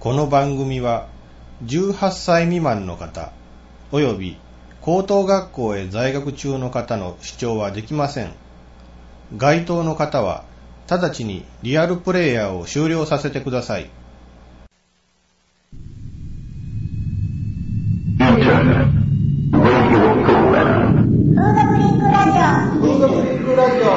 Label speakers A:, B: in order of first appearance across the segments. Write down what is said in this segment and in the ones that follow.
A: この番組は18歳未満の方および高等学校へ在学中の方の視聴はできません該当の方は直ちにリアルプレイヤーを終了させてください
B: Internet Radio Program.
C: フードブリックラジオ。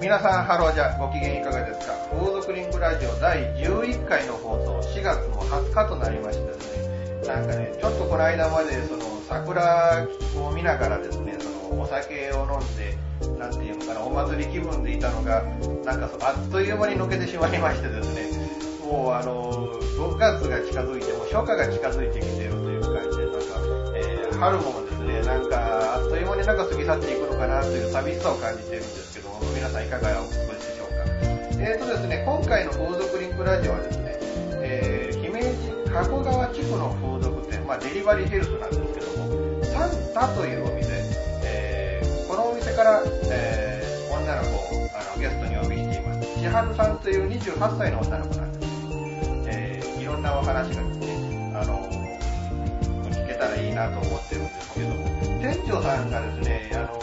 A: 皆さんハローじゃご機嫌いかがですかフードクリングラジオ第11回の放送4月の20日となりましてですねなんかねちょっとこの間までその桜を見ながらですねそのお酒を飲んでなんていうのかなお祭り気分でいたのがなんかそあっという間に抜けてしまいましてですねもうあの6月が近づいてもう初夏が近づいてきてるという感じでなんか、えー春もですねなんかあっという間になんか過ぎ去っていくのかなという寂しさを感じているんですけども皆さんいかがお過ごしでしょうかえーとですね今回の「風俗リンクラジオ」はですね、えー姫路加古川地区の風俗店、まあ、デリバリーヘルスなんですけどもサンタというお店、えーこのお店から、えー女の子をあのゲストにお呼びしています千春さんという28歳の女の子なんですえーいろんなお話がですね、あの、聞けたらいいなと思ってるんですけど、店長さんがですね、あの、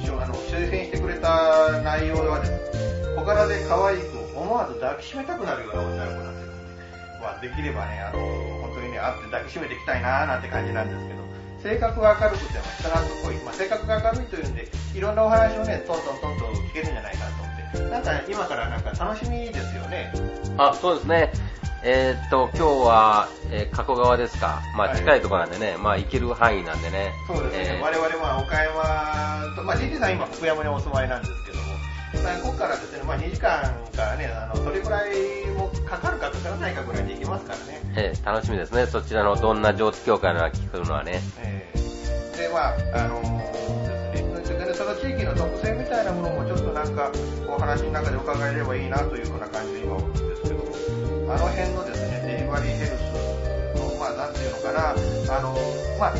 A: 一緒あの推薦してくれた内容はですね、小柄で可愛く思わず抱きしめたくなるような女の子なんですよね。まあ、できればね、あの、本当にね、会って抱きしめていきたいなーなんて感じなんですけど、性格が明るくて、人懐っこい。まあ、性格が明るいというんで、いろんなお話をね、トントントンと聞けるんじゃないかなと思って。なんか、今からなんか楽しみですよね。
D: あ、そうですね。えーっと、今日は、えー加古川ですか。ま
A: は
D: あ、
A: い
D: 近いところなんでね、まあ、行ける範囲なんでね。
A: そうですね、
D: えー
A: 我々は岡山と、まあ、ジジさん、今、福山にお住まいなんですけども、まあここからですね、まあ、2時間からね、あのどれくらいもかかるかかからないかぐらいで行きますからね。
D: えー楽しみですね。そちらのどんな上手協会の聞くのはね。
A: えーでまああのーですねその地域の特性みたいなものもちょっとなんかお話の中で伺えればいいなというような感じで今思うんですけどもあの辺のですねデリバリーヘルスのまあなんていうのかなあのまあ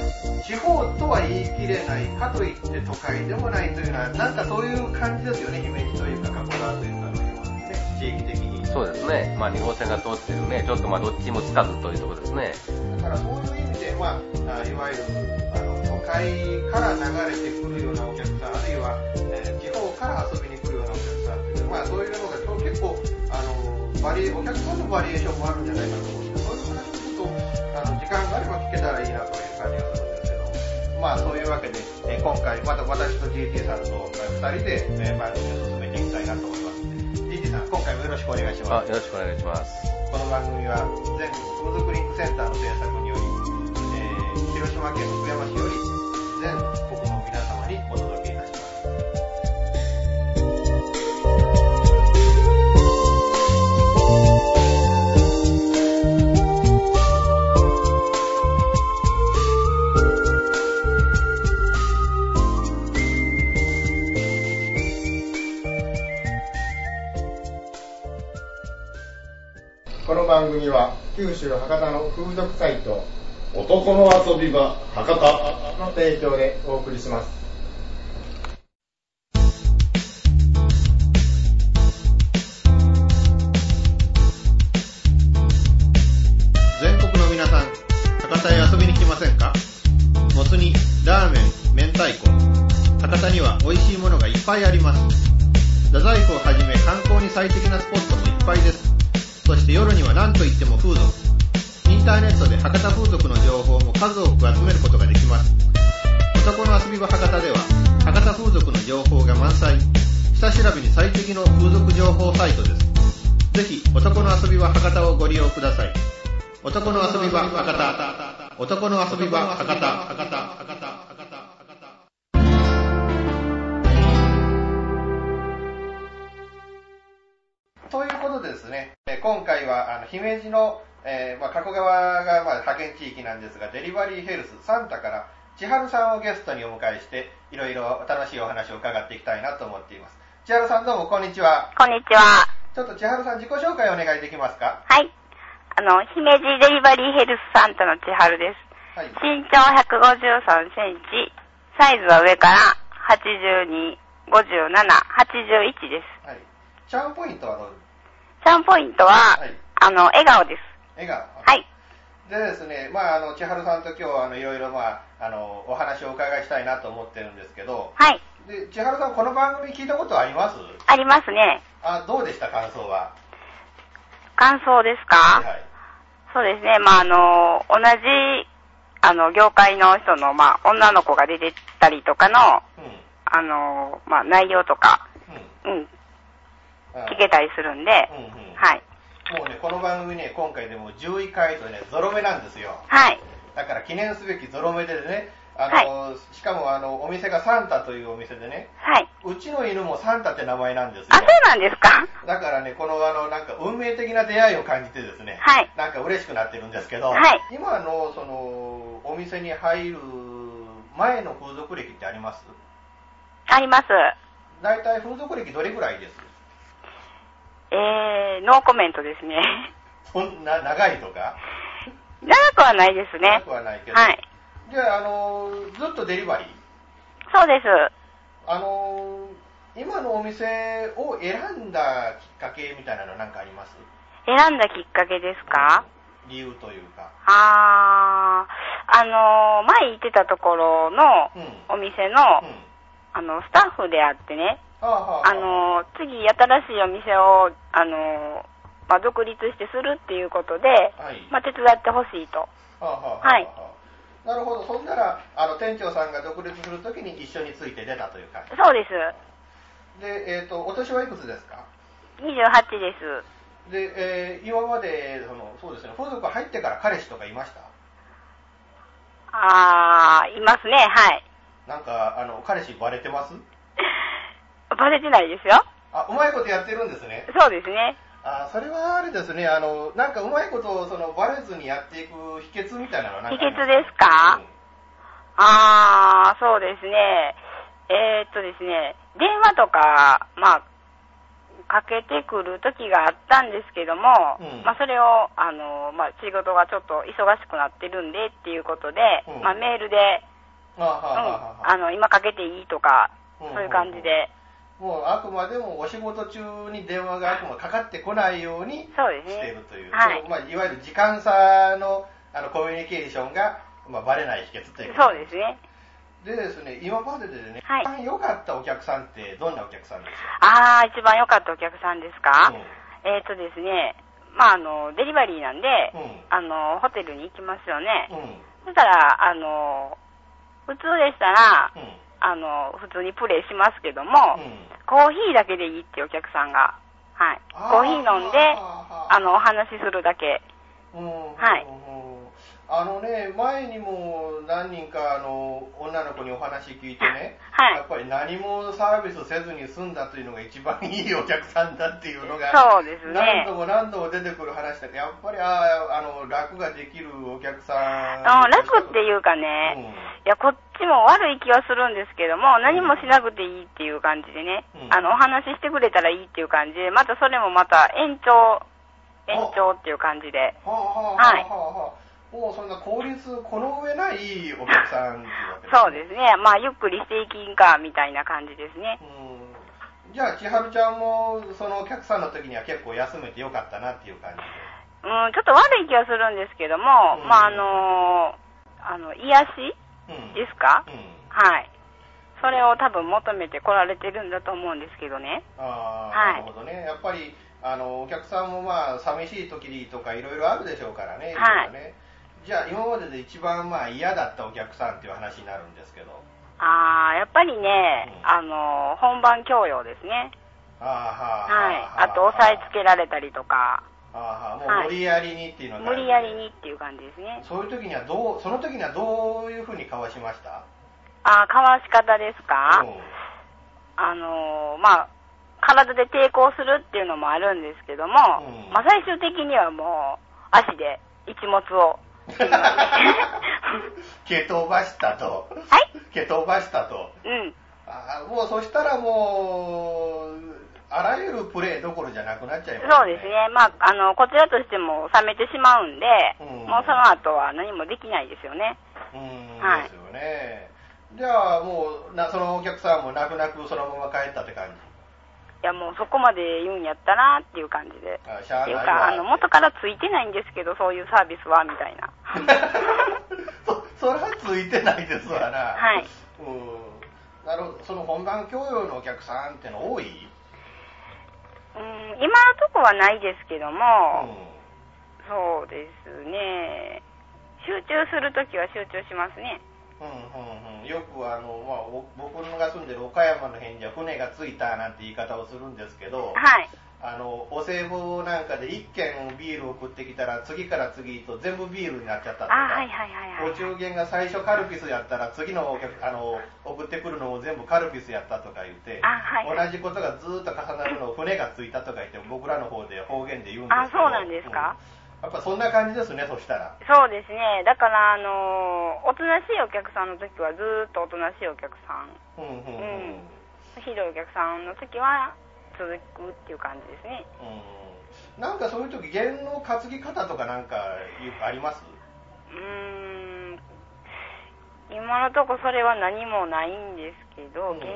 A: 地方とは言い切れないかといって都会でもないというようななんかそういう感じですよね姫路というか加古川というかあの辺はね地域的に。
D: そうですね。まあ、2号線が通ってるね、ちょっとまあ、どっちもつかずというところですね。
A: だからそういう意味で、まあ、あいわゆるあの都会から流れてくるようなお客さん、あるいは、えー地方から遊びに来るようなお客さんっていう、まあ、そういうのが今日結構あのバリエ、お客さんのバリエーションもあるんじゃないかと思うんで、そういう話もちょっとあの時間があれば聞けたらいいなという感じがするんですけど。まあそういうわけで、えー今回また私と GT さんと2人で、えー番組を進めていきたいなと思います。GT さん、今回もよろしくお願いします
D: あ、。よろしくお願いします。
A: この番組は全国風俗リンクセンターの制作により、えー広島県福山市より全国の皆様にお届けいたします。
E: この番組は九州博多の風俗サイト
F: 男の遊び場博多
E: の提供でお送りします。
A: 全国の皆さん、博多へ遊びに来ませんかもつ煮、ラーメン、明太子。博多には美味しいものがいっぱいあります。太宰府をはじめ観光に最適なスポットもいっぱいです。そして夜には何といっても風俗。インターネットで博多風俗の情報も数多く集めることができます。男の遊び場博多では博多風俗の情報が満載。下調べに最適の風俗情報サイトです。ぜひ男の遊び場博多をご利用ください。男の遊び場博多男の遊び場博多博多博多博多ということでですね、えー今回はあの姫路の、えーまあ、加古川が、まあ、派遣地域なんですが、デリバリーヘルスサンタから千春さんをゲストにお迎えして、いろいろ楽しいお話を伺っていきたいなと思っています。千春さんどうもこんにちは。
C: こんにちは。
A: ちょっと千春さん自己紹介お願いできますか
C: はい。
G: あの、姫路デリバリーヘルスサンタの千春です。
A: はい。
G: 身長153センチ、サイズは上から82、57、81です。
A: はい。チャームポイントはどう
G: チャームポイントは、
A: はい
G: あの、笑顔です。
A: 笑顔。
G: はい。
A: でですね、まあ、あの、千春さんと今日は、あの、いろいろ、まあ、あの、お話をお伺いしたいなと思ってるんですけど、
G: はい。
A: で、千春さん、この番組聞いたことあります
G: ありますね。
A: あ、どうでした感想は。
G: 感想です
A: は
G: か、
A: いはい。
G: そうですね。まあ、あの、同じ、あの、業界の人の、まあ、女の子が出てたりとかの、
A: うん。
G: あの、まあ、内容とか、
A: うん。
G: うん、
A: あ
G: 聞けたりするんで、
A: うんうん。
G: はい。
A: もうね、この番組ね、今回でもう11回とね、ゾロ目なんですよ。
G: はい。
A: だから記念すべきゾロ目でね、あの、しかもあの、お店がサンタというお店でね、
G: はい。
A: うちの犬もサンタって名前なんですよ
G: あ、そう。なんですか
A: だからね、このあの、なんか運命的な出会いを感じてですね、
G: はい
A: なんか嬉しくなってるんですけど、
G: はい
A: 今の、その、お店に入る前の風俗歴ってあります
G: あります。
A: 大体風俗歴どれぐらいです
G: えー、ノーコメントです ね。
A: そんな長いとか
G: 長くはないです
A: 長
G: ね
A: く。はないけど。
G: はい。
A: じゃあ、あの、ずっとデリバリー
G: そうです。
A: あのー今のお店を選んだきっかけみたいなのなんかあります
G: 選んだきっかけですか、
A: 理由というか。
G: あー、あのー前行ってたところの
A: うん。うん。
G: お店の、あの、スタッフであってね、
A: ああ、はあ、
G: あのー次新しいお店を、あのーまあ、独立してするっていうことで、
A: はい。
G: まあ、手伝ってほしいと。
A: はあ、はあ、はあ
G: はい。
A: なるほど。そんなら、あの、店長さんが独立するときに一緒について出たという感
G: そうです。
A: じ。で、えっ、と、お年はいくつですか
G: 28です。
A: で、えー今まで、その、そうですね、風俗入ってから彼氏とかいました
G: あー、いますね、はい。
A: なんか、あの、彼氏バレてます
G: バレてないですよ。
A: あ、うまいことやってるんですね。
G: そうですね。
A: あーそれはあれですね、あのなんかうまいことをそのバレずにやっていく秘訣みたいなのはなんかありま
G: 秘訣ですかあー、そうですね。えー、っとですね、電話とか、まあ、かけてくる時があったんですけども、
A: うん
G: まあ、それを、あの、まあ、仕事がちょっと忙しくなってるんでっていうことで、
A: うん
G: まあ、メールで、
A: うん、あーはあは
G: うん、
A: あはあ
G: あの、今かけていいとか、
A: うん
G: そういう感じで、
A: もうあくまでもお仕事中に電話があくまでかかってこないように
G: そうです
A: してい
G: ね
A: る。という、
G: は
A: そ
G: い
A: のまあ、いわゆる時間差のあのコミュニケーションが、まあ、バレない秘訣という
G: そうですね。
A: すでですね今まででね、
G: はい
A: 一番良かったお客さんってどんなお客さんです
G: あー、一番良かったお客さんです
A: か
G: か、
A: うん
G: えー、っとですね、まあ、あの、デリバリーなんで、
A: うん
G: あの、ホテルに行きますよね。
A: うん
G: そしたら、あの、普通でしたら、
A: うん
G: あの、普通にプレイしますけども、
A: うん
G: コーヒーだけでいいっていうお客さんが、はい。
A: あー
G: コーヒー飲んで、
A: あー
G: あの、お話しするだけ。
A: は
G: はい
A: い。あのね、前にも何人かあの女の子にお話聞いてね、
G: はい
A: やっぱり何もサービスせずに済んだというのが一番いいお客さんだっていうのが、
G: そうです
A: 何
G: ね
A: 度も何度も出てくる話だけど、やっぱりあーあの楽ができるお客さん。
G: あの楽っていうかね、
A: うん
G: いや、こっちも悪い気はするんですけども、何もしなくていいっていう感じでね、
A: うん
G: あの、お話ししてくれたらいいっていう感じで、またそれもまた延長、延長っていう感じで。
A: はあはあはあはあもうそんな効率この上ないお客さんっていうわけ
G: そうですね。まあ、ゆっくりしていきんか、みたいな感じですね。
A: うんじゃあ、千春ちゃんも、そのお客さんの時には結構休めてよかったなっていう感じ
G: うん、ちょっと悪い気はするんですけども、
A: うん
G: まあ、あのあの、癒し
A: で。うん。
G: ですか、
A: うん。
G: はい。それを多分求めて来られてるんだと思うんですけどね。
A: ああ、
G: はい
A: なるほどね。やっぱり、あの、お客さんもまあ、寂しい時とかいろいろあるでしょうからね。
G: はい
A: ろろねじゃあ、今までで一番まあ嫌だったお客さんっていう話になるんですけど。
G: あー、やっぱりね
A: う、ん
G: あの本番教養ですね。
A: ああ、はあ。
G: はい
A: は。
G: あと、押さえつけ
A: る。
G: られたりとか、
A: ああ、も
G: は
A: う
G: い
A: 無理やりにっていうのがある
G: 無
A: ん
G: 理
A: で
G: やりにっていう感じですね。
A: そういう時にはどう、その時にはどういうふうにかわしました
G: あー、かわし方です
A: う
G: か、
A: ん
G: あのまあ、体で抵抗するっていうのもあるんですけども、
A: うん
G: まあ、最終的にはもう、足で一物を。
A: 蹴飛ばしたと。
G: はい
A: 蹴飛ばしたと。
G: うん。
A: あーもうそしたらもう、あらゆるプレーどころじゃなくなっちゃいます
G: そうですね、まあ、あのこちらとしても冷めてしまうんで、
A: うん
G: もうその後は何もできないですよね。
A: うーん、
G: はい
A: ですよね。じゃあ、もうな、そのお客さんも泣く泣くそのまま帰ったって感じ。
G: いや、もうそこまで言うんやったなっていう感じで。
A: あしゃ
G: っていう
A: ない
G: か、
A: わ
G: あの元からついてないんですけど、そういうサービスはみ たいな。
A: そ そらついてないですわな。
G: はい。
A: うん。なるほど。その本番教養のお客さんっての多い
G: うん、今のとこはないですけど
A: う
G: も、
A: ん
G: そうですね、集中するときは集中しますね。
A: うんうんうん、よくあの、まあ、お僕が住んでる岡山の辺じゃ船が着いたなんて言い方をするんですけど、
G: はい。
A: あのお歳暮なんかで1軒ビールを送ってきたら次から次へと全部ビールになっちゃったと
G: あ、
A: か、
G: はいはい
A: お
G: はいはい。
A: 中元が最初カルピスやったら次のお客あの送ってくるのも全部カルピスやったとか言って、
G: あはいはい
A: 同じことがずーっと重なるのを船が着いたとか言って僕らの方で方言で言うんですけど
G: あそうなんですか、
A: うんやっぱそんな感じですねそしたら
G: そうですね、だから、あのーおとなしいお客さんのときはずーっとおとなしいお客さ
A: うん
G: ん、
A: うんうん、
G: うんひどいお客さんのときは続くっていう感じですね。
A: うんなんかそういう時弦の担ぎ方とかなんかいうあります
G: うーん今のとこそれは何もないんですけど、
A: うん
G: 弦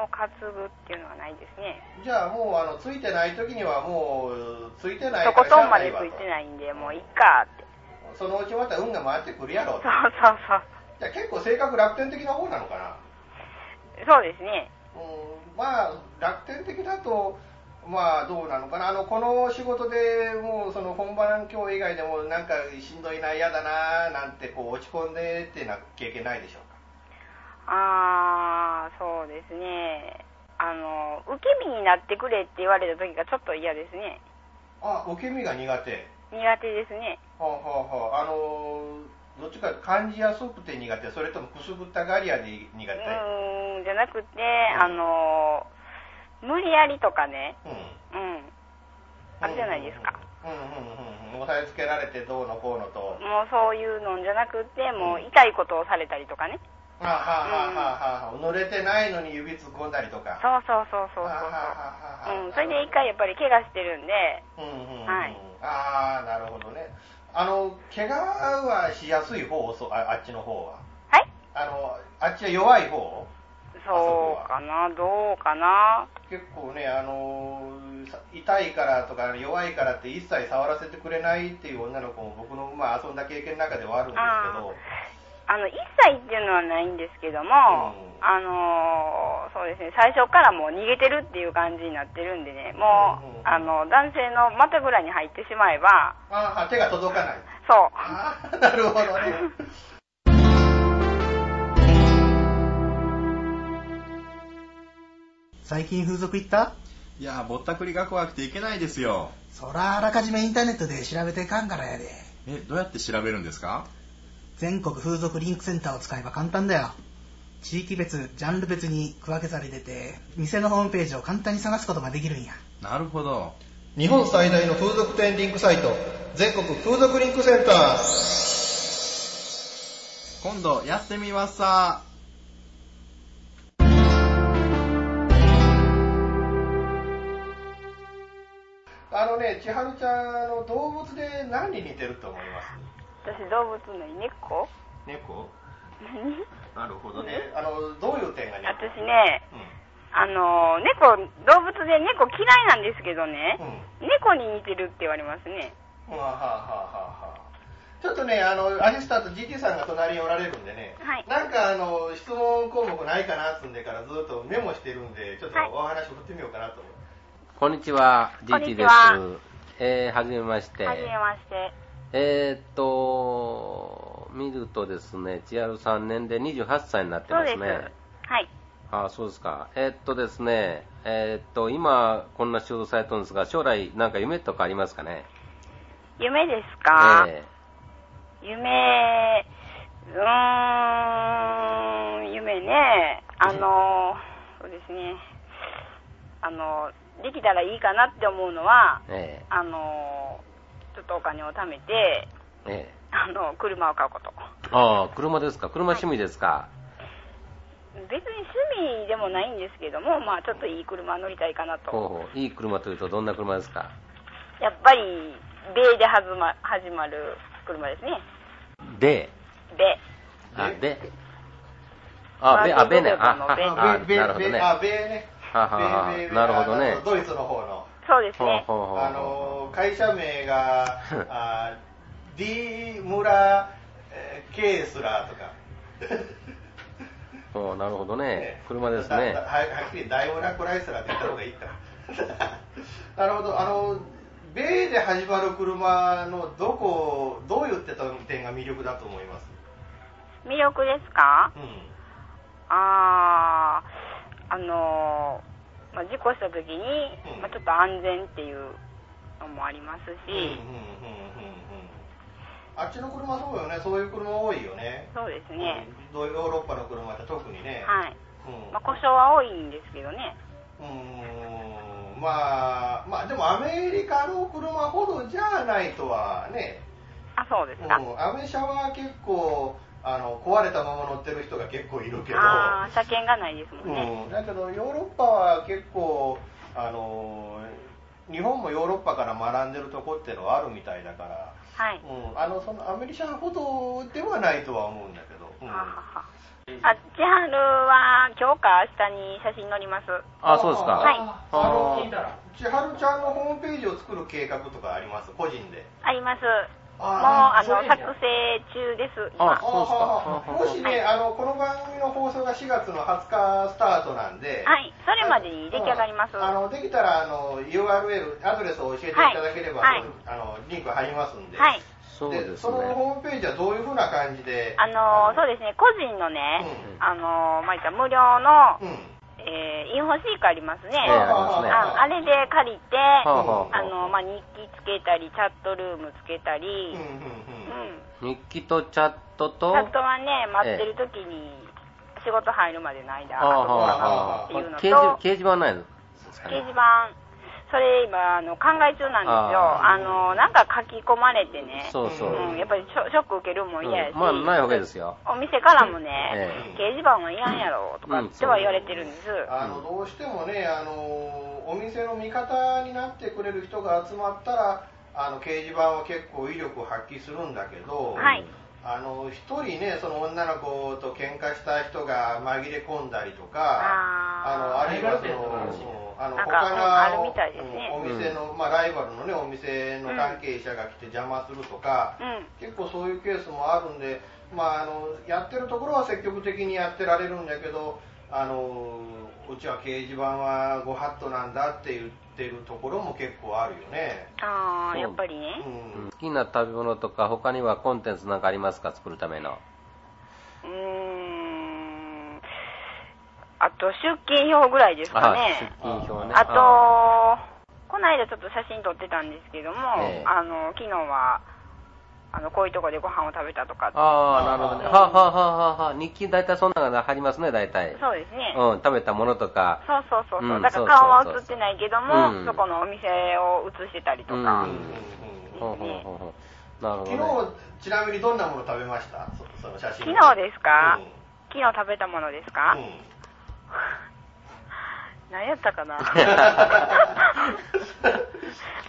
G: を担ぐっていうのはないですね。
A: じゃあもうあのついてない時にはもうついてない
G: と
A: か
G: こ
A: ら
G: とんまでつ
A: わ
G: いてないんで、もういっかって。
A: そのうちまた運が回ってくるやろ
G: そうう
A: と
G: そうそう。
A: じゃあ結構性格楽天的な方なのかな
G: そうですね。
A: うんまあ楽天的だとまあどうなのかなあのこの仕事でもうその本番今日以外でもなんかしんどいな嫌だななんてこう落ち込んでってな経験ないでしょうか
G: あー、そうですね。あの、受け身になってくれって言われた時がちょっと嫌ですね。
A: あ受け身が苦手
G: 苦手ですね。
A: はあ、はあはあ、あのーどっちか感じやすくて苦手それともくすぐったがりやで苦手
G: うーん、じゃなくて、
A: ん
G: あの、無理やりとかね。
A: うん
G: うん。あるじゃないですか。
A: うんうんうんうん押さえつけられてどうのこうのと
G: もうそういうのんじゃなくて、もう痛いことをされたりとかね。
A: あはあはあはあはあ濡れてないのに指突っ込んだりとか
G: そうそうそうそう
A: あはあはあは
G: そ
A: あ
G: う。うん、それで一回やっぱり怪我してるんで、
A: うんうんうん
G: はい
A: ああなるほどねあの怪我はしやすい方そああっちの方は
G: はい
A: あのあっちは弱い方
G: そうかな、どうかな。
A: 結構ね、あのーさ痛いからとか弱いからって一切触らせてくれないっていう女の子も僕の、まあ、遊んだ経験の中ではあるんです
G: あの、一切っていうのはないんですけど
A: う
G: も、
A: ん
G: あのーそうですね、最初からもう逃げてるっていう感じになってるんでね、
A: う
G: も
A: んうん
G: う、
A: うん
G: あの、男性の股ぐらいに入ってしまえば、
A: けど、ああ手が届かない。
G: そう。
A: あ あ、なるほどね。
H: 最近風俗行った
I: いやーぼったくりが怖くていけないですよ
H: そらあらかじめインターネットで調べていかんからやで
I: えどうやって調べるんですか
H: 全国風俗リンクセンターを使えば簡単だよ地域別ジャンル別に区分けされてて店のホームページを簡単に探すことができるんや
I: なるほど
A: 日本最大の風俗店リンクサイト、全国風俗リンクセンター。
I: 今度やってみますさ
A: あのね、千春ちゃん、の動物で何に似てると思います
G: 私、動物の猫
A: 猫
G: 何
A: なるほどね。あの、どういう点が猫
G: 私ね、あのー猫、動物で猫嫌いなんですけどね
A: う、ん。うん
G: 猫に似てるって言われますね。
A: はあはあはあはあちょっとね、あの、アシスタント GT さんが隣におられるんでね、
G: はい
A: なんかあの、質問項目ないかなっつうんでからずっとメモしてるんで、ちょっと
G: はい
A: お話振ってみようかなと思って。
D: こんにちは、
G: こんに
D: GT
G: ち
D: です
G: は。
D: えー、はじめまして。
G: はじめまして。
D: えーっと、見るとですね、千春さん年で28歳になって
G: そう
D: ま
G: ですす。
D: ね。
G: はい。
D: あそうですか。えーっとですね、えーっと、今、こんな仕事されてるんですが、将来なんか夢とかありますかね
G: 夢ですか、
D: え
G: 夢、うーん、夢ね、あの、そうですね、あの、できたらいいかなって思うのは、
D: ー、え
G: あの、ちょっとお金を貯めて、
D: ー、え
G: あの、車を買うこと。
D: ー。ああ、車ですか車趣味ですか、
G: う別に趣味でもないんですけども、まあ、ちょっといい車乗りたいか
D: ほ
G: な
D: う
G: と、
D: ほういい車というとどんな車ですか
G: やっぱり、米で始ま始まる車ですね、
D: で
G: 米、
D: あ
A: で
D: であべあべねあ
G: あ
A: あ
D: ああ
A: 米
D: なるほどね
A: あ、米ね。
D: ははは
A: 米米米
D: なるほどね
A: あのドイツの方の。
G: そうです
D: ほう
G: ね、
D: ほうほう
A: あの会社名 があ D 村えーケースラーとか、
D: ほうなるほどね
A: ね
D: 車です
A: だだ
D: ね
A: はいはっきりダイオナクライスラーって言った方がいいかな なるほどあの米で始まる車のどこどういってた点が魅力だと思います、
G: 魅力ですか、
A: うん、
G: あー、あのーまあ、事故した時に、
A: うん
G: まあ、ちょっと安全っていうのもありますし、
A: うんうんうんうんうんあっちの車そうよねそういう車多いよね
G: そうですね、
A: うんヨーロッパの車って特にね、
G: はい
A: うん
G: まあ、故障は多いんですけどね、
A: うーんまあ、まあでもアメリカの車ほどじゃないとはね、
G: あそうで
A: う
G: す
A: ん、
G: か、
A: アメ車は結構あの壊れたまま乗ってる人が結構いるけど、
G: あー車検がないですもんね、
A: うん、だけどヨーロッパは結構あの日本もヨーロッパから学んでるとこってのはあるみたいだから、
G: はい、
A: うん、あのそのアメリカほどではないとは思うんだけど、うん
G: はははあ千春は今日か明日に写真載ります
D: あそうですか
G: はい
A: あの
D: 聞いたら
A: 千春ちゃんのホームページを作る計画とかあります個人で
G: あります
A: あーそれ
G: もうあの
A: いいね
G: 作成中です
D: あ
G: 今
D: そう
A: あーもし
D: ですか
A: ね、あのこの番組の放送が4月の20日スタートなんで、
G: はいそれまでに出来上がります
A: あのできたらあの URL アドレスを教えていただければ、
G: はい
A: あのリンク貼りますんで、
G: はい
D: そうです
A: その
D: ね
A: ホームページはどういうふうな感じで、
G: あのそうですね個人のね、
A: うん
G: あのまあ、言ったら無料の、
A: うん、
G: えーインフォシークあります
D: ええ
G: ね、
D: ありますね
G: ああれで借りて、
D: はあはあ
G: あのまあ、日記つけたりチャットルームつけた
A: う
G: り、
A: んうんうん
G: うん
D: 日記とチャットと
G: チャットはね待ってる時に仕事入るまでの間
D: あ
G: 遊ぼう
D: は
G: かな
D: あはあ
G: っていうの
D: 掲
G: と
D: 示掲示板ないのですか
G: 掲示
D: ね
G: 板それ今あの考え中なんですよ
D: あ
G: あのなんか書き込まれてね
D: そうそう、
A: うん
G: ん、やっぱりショショック受けるんも嫌やし、
D: うんまあない方がいいですよ
G: お店からもね、
D: え
A: え
G: 掲示板はいらんやろとかっては言われてるんです、
A: あのどうしてもねあのお店の味方になってくれる人が集まったらあの掲示板は結構威力を発揮するんだけど、
G: はい
A: あの一人ねその女の子と喧嘩した人が紛れ込んだりとかあ
G: あー
A: のあるいはそのうんあの
G: なんか
A: 他
G: うんあ
A: の
G: るみたいですね
A: うんお店の、まあ、ライバルのねお店の関係者が来て邪魔するとか、
G: うん
A: 結構そういうケースもあるんで、まあ、あのやってるところは積極的にやってられるんだけどあのうちは掲示板はご法度なんだって言ってるところも結構あるよね。
G: あ
D: そ
G: あ
D: う
G: やっぱり
A: うん
G: ね
D: うん好きな食べ物とか他にはコンテンツなんかありますか作るための
G: うーんあと出勤表ぐらいですかね
D: あ出勤表ね
G: あと、この間ちょっと写真撮ってたんですけども、
D: ええ
G: あの昨日はあのこういうとこでご飯を食べたとか、
D: ああ、なるほどね。はあ、はあはあはあはあ、日記大体そんなのが入りますね、大体。
G: そうですね、
D: うん、食べたものとか。
G: そうそうそうそう、
D: うん
G: だか
D: そ
G: ら
D: うそうそう
G: 顔は映ってないけども、
D: うん
G: そこのお店を映してたりと
A: うんうんう
D: うん
G: か、
A: ん
D: ほうほうほうほう。なるほど、
A: 昨
D: ね。
A: 日ちなみにどんなもの食べましたそその写真
G: 昨日ですか、
A: うん
G: 昨日食べたもので すか、
A: うん
G: 何やった かな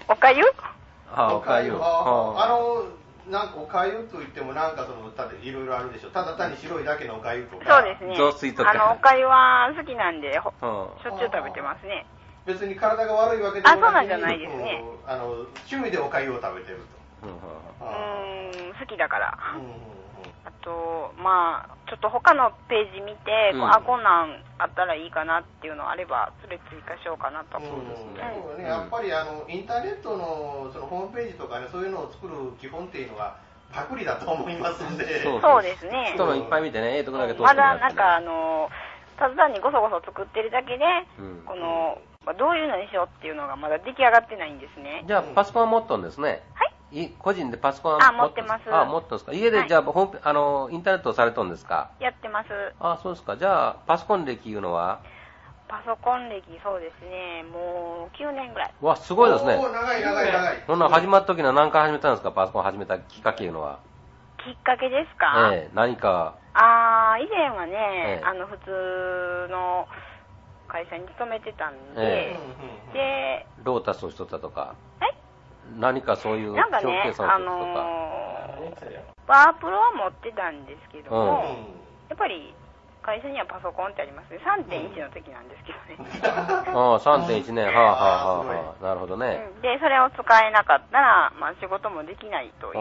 G: おかゆ
D: あおかゆ。
A: ああ
D: は
A: のなんかおかゆといってもなんかそのただいろいろあるでしょただ単に白いだけのおかゆと
G: そ
A: か
G: うですね
D: 雑炊とか
G: あのおかゆは好きなんでほし
D: あ
G: ょっちゅう食べてますね
A: 別に体が悪いわけでもなく
G: あそうなんじゃないですね
A: うんあの趣味でおかゆを食べてる
D: うん。うんうん
A: と
G: う
A: あ
G: ーん好きだから、
A: ーうんうんうん
G: あとまあちょっと他のページ見て、こう
D: うん
G: あこんなんあったらいいかなっていうのあればそれ追加しようかなと、
A: うん
D: すね
A: そうねやっぱりあのインターネットのそのホームページとかねそういうのを作る基本っていうのはパクリだと思いますんで
D: そう
G: そうですね
D: 人のいっぱい見てね、ええとこだけ通しても
G: ま
D: ら
G: だ
D: って
G: なんかあのただ単にごそごそ作ってるだけで、
D: うん
G: このまあどういうのにしようっていうのがまだ出来上がってないんですね
D: じゃあ、パソコンは持っとんですね。
G: はい
D: い個人でパソコン
G: あ
D: は
G: 持ってます
D: あ、持ってますか。家
G: は
D: で、
G: い
D: じゃあ、ホームあの、インターネットをされとんですか。
G: やってます
D: あ、そうですか。じゃあ、パソコン歴いうのは、
G: パソコン歴そうですねもう9年ぐらい
D: わ、すごいですね
A: お。ー長い長い長い
D: そんな始まった時の何回始めたんですか、パソコン始めたきっかけいうのは。
G: きっかけですか、
D: ええ、何か、
G: あああ、以前はね
D: ええ、
G: あの普通の会社に勤めてたん
D: え
G: で、で、
D: ロータスの人だとか、
G: はい
D: 何かそういう
G: なんか
D: 長
G: ね
D: 計、算
G: あ
D: の人とか、
G: のー、ワープロは持ってたんですけども、
D: うん
G: やっぱり会社にはパソコンってありますね、3.1の時なんですけどね。
D: ああ3.1年、はあはあはあはあ、なるほどね。
G: うんで、それを使えなかったら、まあ、仕事もできないという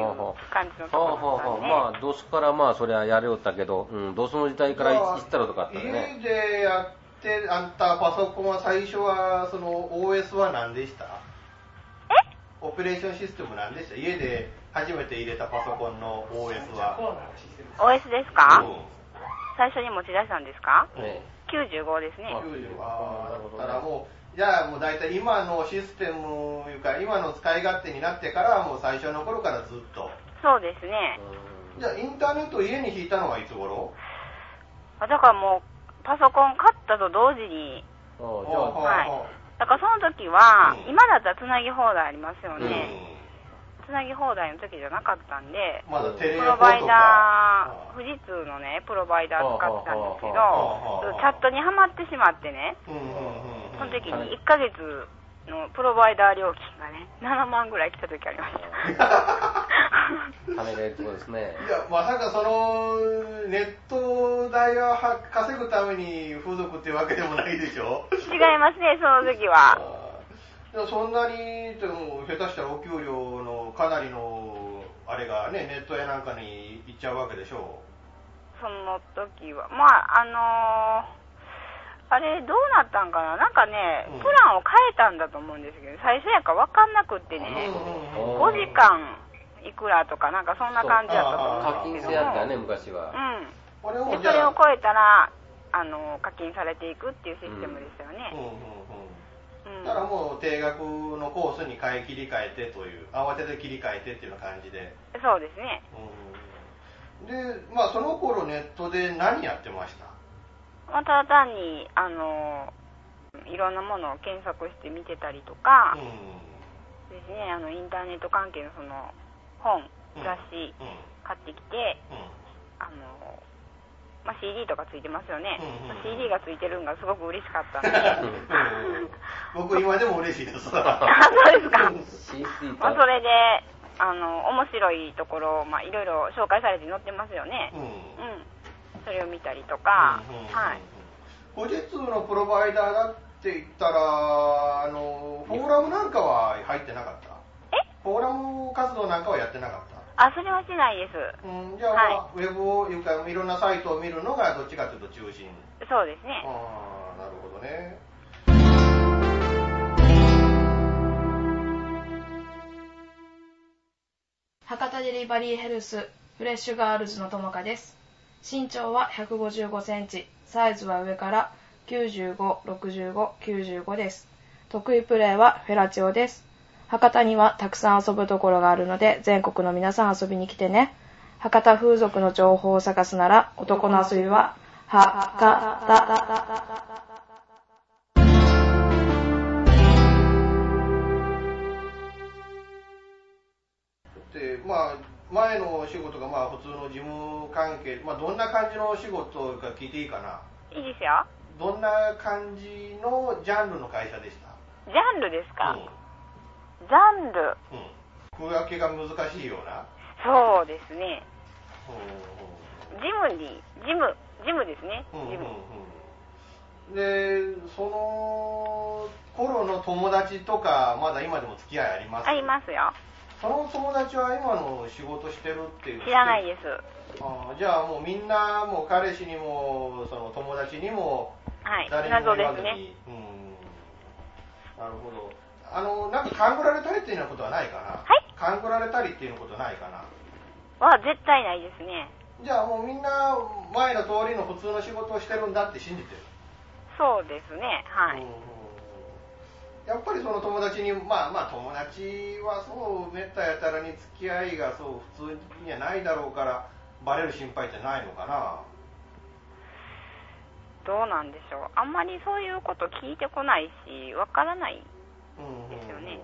G: 感じのと
D: はあ
G: こ
D: はあ
G: ろ
D: は
G: だ
D: あ、
G: っ
D: まあ、ドスからまあ、そりゃやれおったけど、うん、ドスの時代からいいつったらとかあったらね。
A: 家でやって、あんたパソコンは最初は、その OS は何でしたオペレーションシステム何でした家で初めて入れたパソコンの OS は。
G: たんでね。OS ですか、最初に持ち出したんですか
A: うん
D: ね
G: ?95 ですね。
A: 90はだったらもう、じゃあもう大体今のシステムいうか、今の使い勝手になってから、もう最初の頃からずっと。
G: そうですね。
A: じゃあインターネットを家に引いたのはいつ頃
G: あだからもう、パソコン買ったと同時に、
D: あ
A: じ
D: あじゃあ
G: はいだからその時
A: う
G: は、
A: ん
G: 今だったらつなぎ放題ありますよ
A: うん
G: ね。つなぎ放題の時じゃなかったんで、
A: まだテレ
G: プ
A: ビ
G: ロバイダー、富士通のね、プロバイダー使ってたんですけど
D: あ
A: ああああああ、
G: チャットにはまってしまってね、
A: うんうんうんうん
G: その時に1ヶ月のプロバイダー料金がね、7万ぐらい来た時ありました。
D: 金がいるとこですね。
A: いやまさかそのネット代をは稼ぐために風俗ってわけでもないでしょ
G: 違いますね、その時は。
A: でもそんなにでも下手したらお給料のかなりのあれがねネットやなんかに行っちゃうわけでしょ
G: その時は。まあ、あのーあれ、どうなったんかななんかね
A: うん、
G: プランを変えたんだと思うんですけど、最初やから分かんなくってね、
A: うん
G: 5時間いくらとか、なんかそんな感じやったと
A: ああ
D: 課
G: 思う
D: 金
G: んです
D: 制
G: けど
D: やったよ。
G: も
D: ね、昔は。
G: うん。
A: これを
G: で
A: じ
G: それ
A: ゃあ
G: を超えたらあの課金されていくっていうシステムでしたよ
A: うん
G: ね、
A: うんうん
G: うん
A: だからもう定額のコースに変え切り替えてという慌てて切り替えてっていうような感じで
G: そうですね
A: うんでまあその頃ネットで何やってました
G: まあただ単にあのいろんなものを検索して見てたりとか
A: う、ん
G: ですねあのインターネット関係のその本
A: うん
G: 雑誌
A: うん
G: 買ってきて
A: う
G: あのまあ、CD とかついてますよね、
A: うんうんうん
G: CD がついてるのがすごく嬉しかったん
A: ん
G: で
A: 僕今でも嬉しいです。
G: あそうですか
D: CC と
G: まあ、それで、あの、面白いところを、まあ、いろいろ紹介されて載ってますよね
A: う。ん
G: うん。それを見たりとか、はい。。
A: 富士通のプロバイダーだって言ったら、あの、フォーラムなんかは入ってなかった
G: え
A: フォーラム活動なんかはやってなかった
G: あ、それはしないです。
A: うん、じゃあ、
G: は
A: まあウェブをいうか、いろんなサイトを見るのがどっちかというと中心。
G: そうですね。
A: ああ、なるほどね。
J: 博多デリバリーヘルスフレッシュガールズのともかです身長は1 5 5センチサイズは上から956595です得意プレーはフェラチオです博多にはたくさん遊ぶところがあるので全国の皆さん遊びに来てね博多風俗の情報を探すなら男の遊びは博多
A: でまあ前のお仕事がまあ普通の事務関係、まあ、どんな感じのお仕事か聞いていいかない
G: いですよ。
A: どんな感じのジャンルの会社でした
G: ジャンルですか、
A: うん
G: ジャンル。
A: うん、区分けが難しいような、
G: そうですね。
A: う
G: ジムに、ジム、ジムですね。
A: んうんうん
G: ジム。
A: うんうん、でその頃の友達とかまだ今でも付き合いあります
G: ありますよ。
A: その友達は今の仕事してるっていう
G: 知らない
A: で
G: です。
A: あーじゃあもうみんなもう彼氏にもその友達にも
G: はい。
A: 誰にも
G: 謎
A: 言
G: で
A: わず
G: す
A: に、
G: ね。
A: うんなるほどあのなんか勘ぐられたりっていうようなことはないかな
G: はい
A: 勘ぐられたりっていうようなことないかな
G: は絶対ないですね。
A: じゃあもうみんな前の通りの普通の仕事をしてるんだって信じてる、
G: そうですね。はい。
A: うんやっぱりその友達にまあまあ友達はそうめったやたらに付き合いがそう普通にはないだろうからバレる心配ってないのかな
G: どうなんでしょう。あんまりそういうこと聞いてこないし、わからない。
A: うんうんうん
G: ですよね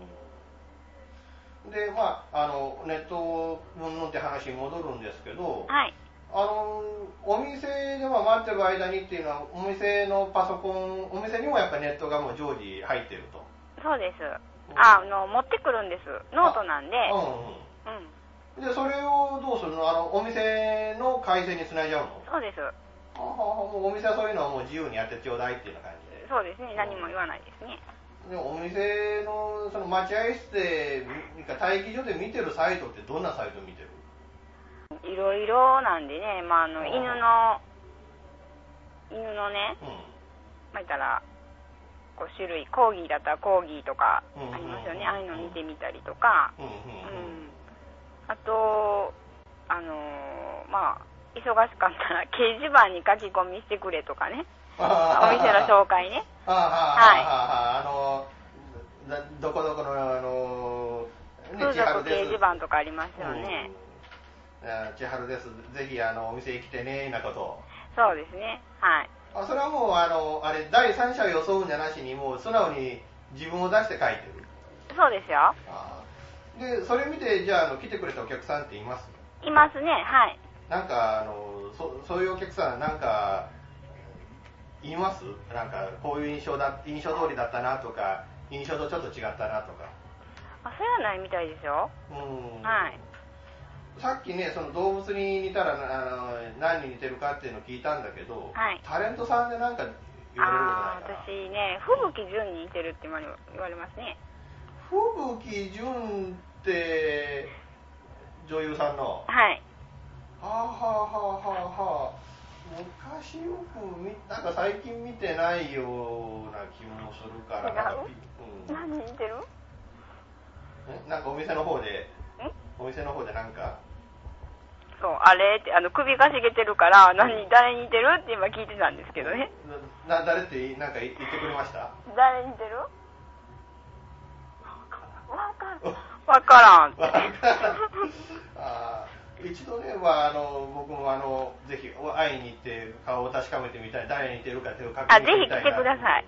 A: でまああのネットうんぬんって話に戻るんですけど、
G: はい。
A: ああのお店では待ってる間にっていうのはお店のパソコンお店にもやっぱネットがもう常時入ってると
G: そうです。あ、あの、持ってくるんです。ノートなんで。
A: うんうん
G: うん。
A: でそれをどうするのあのお店の回線につないじゃうの
G: そうです。
A: ああもうお店はそういうのはもう自由にやってちょうだいっていうような感じで
G: そうですね。何も言わないですね。
A: でお店のその待合室でみか待機所で見てるサイトってどんなサイト見てる
G: いろいろなんでね、まあ、あの、犬の、犬のね、
A: う
G: まあ、言ったら、こう種類、コーギーだったらコーギーとか
A: うん
G: ありますよね。ああいうの見てみたりとか、
A: んうんう
G: う
A: んうん
G: ん。あと、あのーまあ、忙しかったら掲示板に書き込みしてくれとかね。お
A: あー
G: 店の紹介ね。
A: ああ
G: はい
A: あああああのなどこどこのあの
G: 風俗掲示板とかありますよね。
A: うんあ千春ですぜひあのお店へ来てねなことを
G: そうですね。はい。
A: あそれはもうあのあれ第三者を装うんじゃなしにもう素直に自分を出して書いてる
G: そうですよ。
A: あーでそれ見てじゃああの来てくれたお客さんっています
G: いますね。はい。
A: なんかあのそそういうお客さんなんかいますなんかこういう印象だ印象通りだったなとか印象とちょっと違ったなとか
G: あ、それはないみたいですよ。
A: うん
G: はい
A: さっきねその動物に似たらあの何に似てるかっていうのを聞いたんだけど、
G: はい
A: タレントさんでなんか言われること
G: ああ
A: ないか
G: ー
A: な、
G: 私ね、吹雪純に似てるって言われ言われますね。
A: 吹雪純って女優さんのは
G: はい。
A: あはあはあはあはあ昔よく見なんか最近見てないような気もするからなんかピうん
G: 何に似てるん
A: えなんかお店の方でお店の方でなんか
G: そう、あれって、あの、首かしげてるから、何、誰に似てるって今聞いてたんですけどね。
A: なな誰ってなんか言ってくれま した
G: 誰に似てるわからん。わからんって。
A: あー一度ね、まあ、あの僕もあのぜひ会いに行って顔を確かめてみたい誰に似てるかっていうのを確
G: あ、
A: 認
G: ぜ
A: して
G: ひ
A: みた
G: 来
A: い
G: て
A: な
G: ください。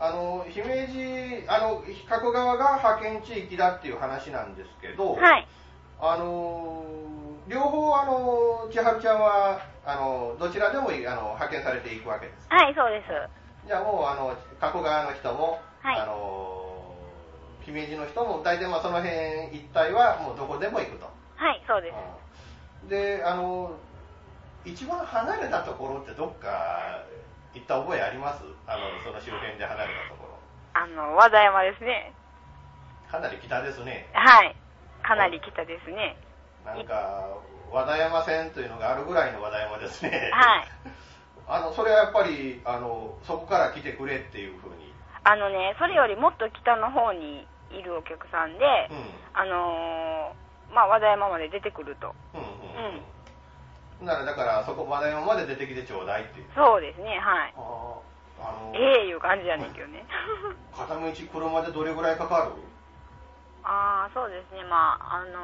A: あの姫路あの加古川が派遣地域だっていう話なんですけど、
G: はい。
A: あの両方あの千春ちゃんはあのどちらでもいいあの派遣されていくわけです
G: はい、そうです。
A: じゃあもうあの加古川の人も、
G: はい
A: あの姫路の人も大体まあその辺一帯はもうどこでも行くと。
G: はい、そうです。
A: うんであの一番離れたところってどっか行った覚えありますあのその周辺で離れたところ
G: あの、和田山ですね。
A: かなり北ですね
G: はい。かなり北ですね。
A: なんか和田山線というのがあるぐらいの和田山ですね
G: はい
A: あのそれはやっぱりあのそこから来てくれっていうふうに
G: あのね、それよりもっと北の方にいるお客さんで、
A: う
G: あのーまあ、和田山まで出てくると。
A: んうんうん、うん、ならだからそこ和田山まで出てきてちょうだいっていう
G: そうですね、はい。
A: あーあの
G: ええいう感じやねんけどね。
A: 片道車でどれぐらいかかる
G: ああ、そうですね、まあ、あのー、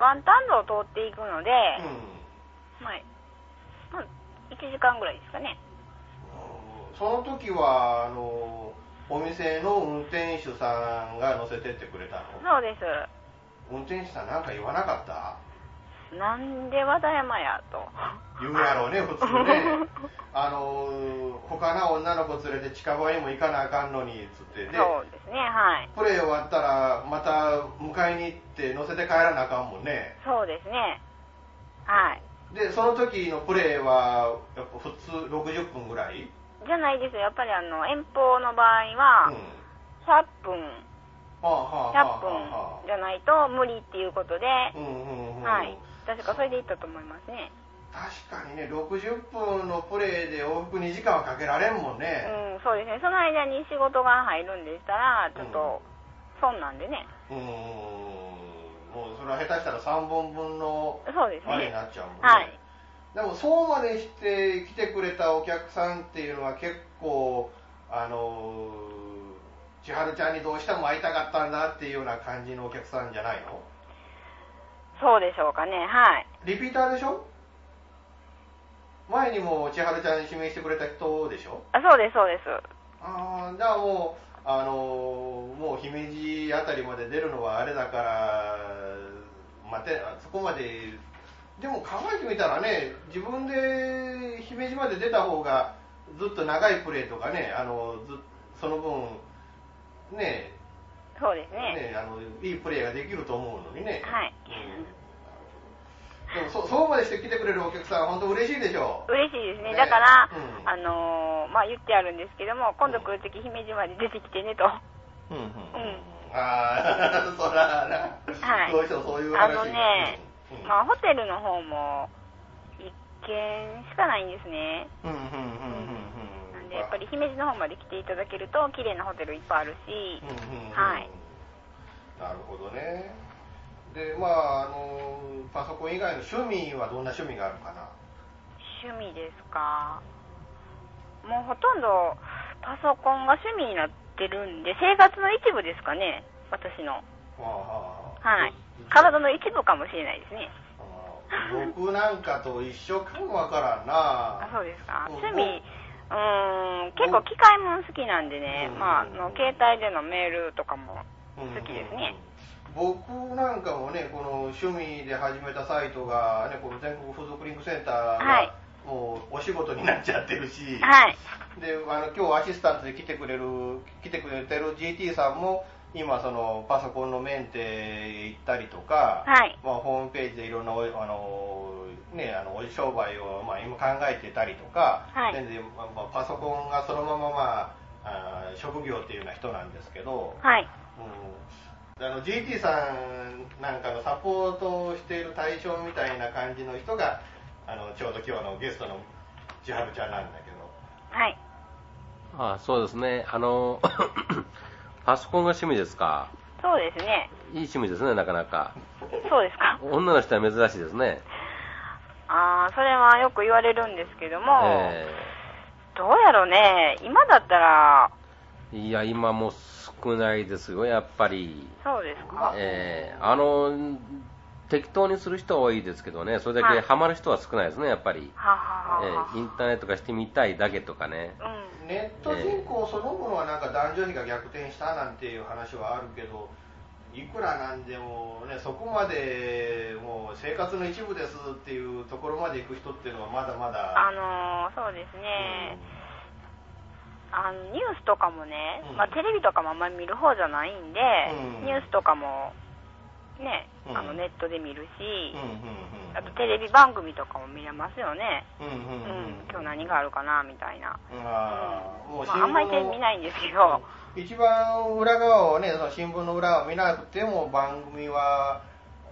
G: 万丹道を通っていくので、
A: うん
G: まあ、まあ、1時間ぐらいですかね。
A: その時はあのお店の運転手さんが乗せてってくれたの
G: そうです。
A: 運転手さんなんか言わなかった
G: なんで和田山やと。
A: 言うやろう ね普通ねあの他の女の子連れて近場にも行かなあかんのにつってで
G: そうですね、はい。
A: プレイ終わったらまた迎えに行って乗せて帰らなあかんもんね
G: そうですね。はい。
A: でその時のプレイはやっぱ普通60分ぐらい、
G: じゃないですよ。やっぱりあの、遠方の場合
A: うん
G: は、100分、
A: はあはあはあ
G: 100
A: は
G: 分じゃないと無理っていうことで、
A: あうんうんうん
G: はい。確かそれでいったと思いますね。
A: 確かにね60分のプレーで往復2時間はかけられんもんね
G: うん、そうですね。その間に仕事が入るんでしたら、ちょっと、損なんでね。
A: うーんもうそれは下手したら3本分の
G: そうです
A: あれに
G: ね。
A: なっちゃうもんね、
G: はい
A: でもそうまでして来てくれたお客さんっていうのは結構あのー千春ちゃんにどうしても会いたかったんだっていうような感じのお客さんじゃないの
G: そうでしょうかね。はい。
A: リピーターでしょ前にも千春ちゃんに指名してくれた人でしょ
G: あそうです、そうです。
A: ああ、じゃあもう、あのーもう姫路あたりまで出るのはあれだから、待て、あそこまででも考えてみたらね、自分で姫路まで出た方が、ずっと長いプレーとかね、あのずその分、ね
G: そうですね。
A: ねあの、いいプレーができると思うのにね。
G: はい
A: うんでもそそうまでして来てくれるお客さん、本当嬉しいでしょう。
G: 嬉しいですね。
A: ね
G: だから、
A: うん
G: あのーまあ、言ってあるんですけども、今度来るとき姫路まで出てきてねと。
A: うんうん
G: うん。
A: ああ、そらな、
G: はい
A: どうしてもそういう
G: あ
A: 話
G: のね
A: うんうん、
G: まあ、ホテルの方も、一軒しかないんですね。
A: うんうんうんうんうん
G: なんで、やっぱり姫路の方まで来ていただけると、綺麗なホテルいっぱいあるし
A: うん、うんうん
G: はい。
A: なるほどね。で、まあ、あの、パソコン以外の趣味はどんな趣味があるかな。
G: 趣味ですか。もうほとんど、パソコンが趣味になってるんで、生活の一部ですかね、私の。
A: ああ
G: はい。体の一部かもしれないですね。
A: ああ僕なんかと一緒かもわからんな。
G: あそうですか
A: うん
G: 趣味うーん結構機械も好きなんでね
A: う、ん
G: まあ、あの携帯でのメールとかも
A: うんうんうん
G: 好きですね。
A: 僕なんかもね、この趣味で始めたサイトが、ね、この全国風俗リンクセンターが、
G: はい
A: もうお仕事になっちゃってるし、
G: はい
A: であの今日アシスタントで来てくれる来てくれてる GT さんも今そのパソコンのメンテ行ったりとか、
G: はい
A: まあ、ホームページでいろんなおあのねあのお商売をまあ今考えてたりとか、
G: はい
A: 全然まあまあパソコンがそのまままああー職業っていうような人なんですけど、
G: はい
A: うん、あの GT さんなんかのサポートをしている対象みたいな感じの人があのちょうど今日のゲストの千春ちゃんなんだけど。
G: はい
D: あそうですね。あの、 パソコンが趣味ですか。
G: そうですね
D: いい趣味ですね、なかなか。
G: そうですか
D: 女の人は珍しいですね。
G: ああそれはよく言われるんですけども、
D: え
G: どうやろうね今だったら
D: えいや、今もう少ないですよ、やっぱり。
G: そうですか、
D: ええあの、適当にする人は多いですけどね、それだ
G: は
D: け
G: い
D: ハマる人は少ないですね、やっぱり。
G: はははは
D: ええインターネットがしてみたいだけとかね。
G: うん
A: ネット人口そのものはなんか男女比が逆転したなんていう話はあるけど、いくらなんでもね、そこまでもう生活の一部ですっていうところまで行く人っていうのはまだま
G: あ
A: だ。
G: のーそうですね、
A: う
G: あのニュースとかもね、
A: うん
G: まあ、テレビとかもあんまり見る方じゃないんで、
A: うん
G: ニュースとかも、ね、
A: うん
G: あのネットで見るし、
A: んうんうん
G: あとテレビ番組とかも見れますよね、
A: うんう
G: うん
A: んうんうん。
G: 今日何があるかなみたいな、
A: あーもう
G: まあ、あんまりテレビ見ないんですけど、
A: 一番裏側をね、その新聞の裏を見なくても番組は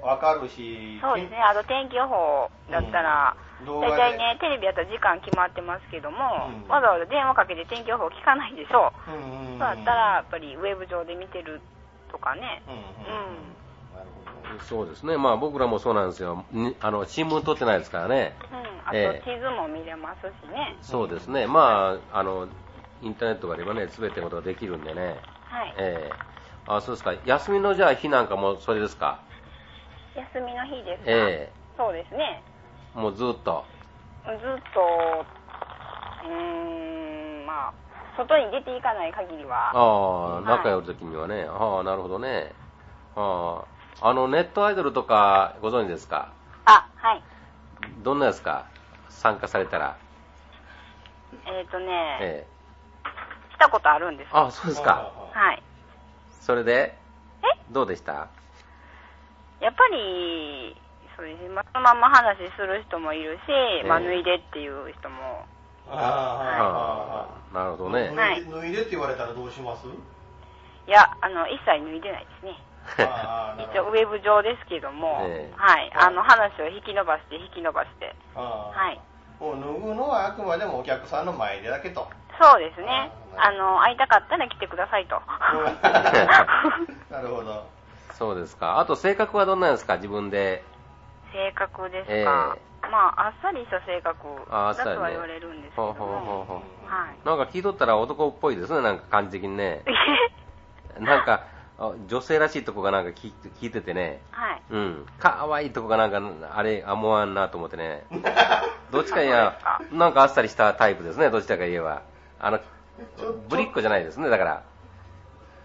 A: わかるし、
G: そうですね、あと天気予報だったら、
A: うん動画
G: 大
A: で
G: 体ね、テレビやったら時間決まってますけども、
A: うん
G: わざわざ電話かけて天気予報聞かないでしょう、
A: うんうんうん
G: そうだったら、やっぱりウェブ上で見てるとかね、
A: うんうんうん
G: うん
A: なるほどね
D: そうですね、まあ僕らもそうなんですよ。にあの、新聞撮ってないですからね。
G: うん、あ
D: ええ
G: と地図も見れますしね、
D: そうですね、まあ、あのインターネットがあればね、すべてのことができるんでね、
G: はい、
D: ええあそうですか、休みのじゃあ日なんかもそれですか、
G: 休みの日ですか、
D: え
G: そうですね、
D: えもうずっと、
G: ずっと、うーん、まあ、外に出ていかない限りは、
D: ああ、
G: い
D: 仲良い時にはね、ああ、なるほどね、あああのネットアイドルとかご存知ですか、
G: あはい、
D: どんなやつか、参加されたら、
G: えっ、とね、
D: ええ
G: 来たことあるんです
D: ああ、そうですか、
G: はい、
D: それで、
G: え
D: どうでした
G: やっぱり、そうですね、まあそのまんま話する人もいるし、まあ、
D: ええ
G: 脱いでっていう人も、
A: あ
D: ああなるほど
A: ー
D: ね、
G: はい
A: 脱いでって言われたらどうします
G: いや、あの一切脱いでないですね。
A: あーな
G: 一
A: る
G: 応
A: ほ
G: ウ
A: ど
G: ェブ上ですけども、
D: ええ
G: はい、あの話を引き伸ばして引き伸ばして、
A: あー
G: はい、
A: もう脱ぐのはあくまでもお客さんの前でだけと。
G: そうですね。
A: あ
G: あ
A: ー
G: の、会いたかったら来てくださいと。
A: なるほど。
D: そうですか、あと性格はどんなんですか、自分で。
G: 性格ですか。まあ、あっさりした性格
D: ああっさ
G: だ
D: りね
G: とは言われるんですけど
D: ほうほ
G: も。
D: うほうほう
G: はい。
D: なんか聞いとったら男っぽいですね、なんか感じ的にね。なんか、あ女性らしいとこがなんか聞いて聞いててね。
G: はい。
D: うん。かわいいとこがなんか、あれ、あもわんなと思ってね。どっちかいや
G: あそう、
D: なんかあっさりしたタイプですね、どちらか言えば。あの、ぶりっ子じゃないですね、だから。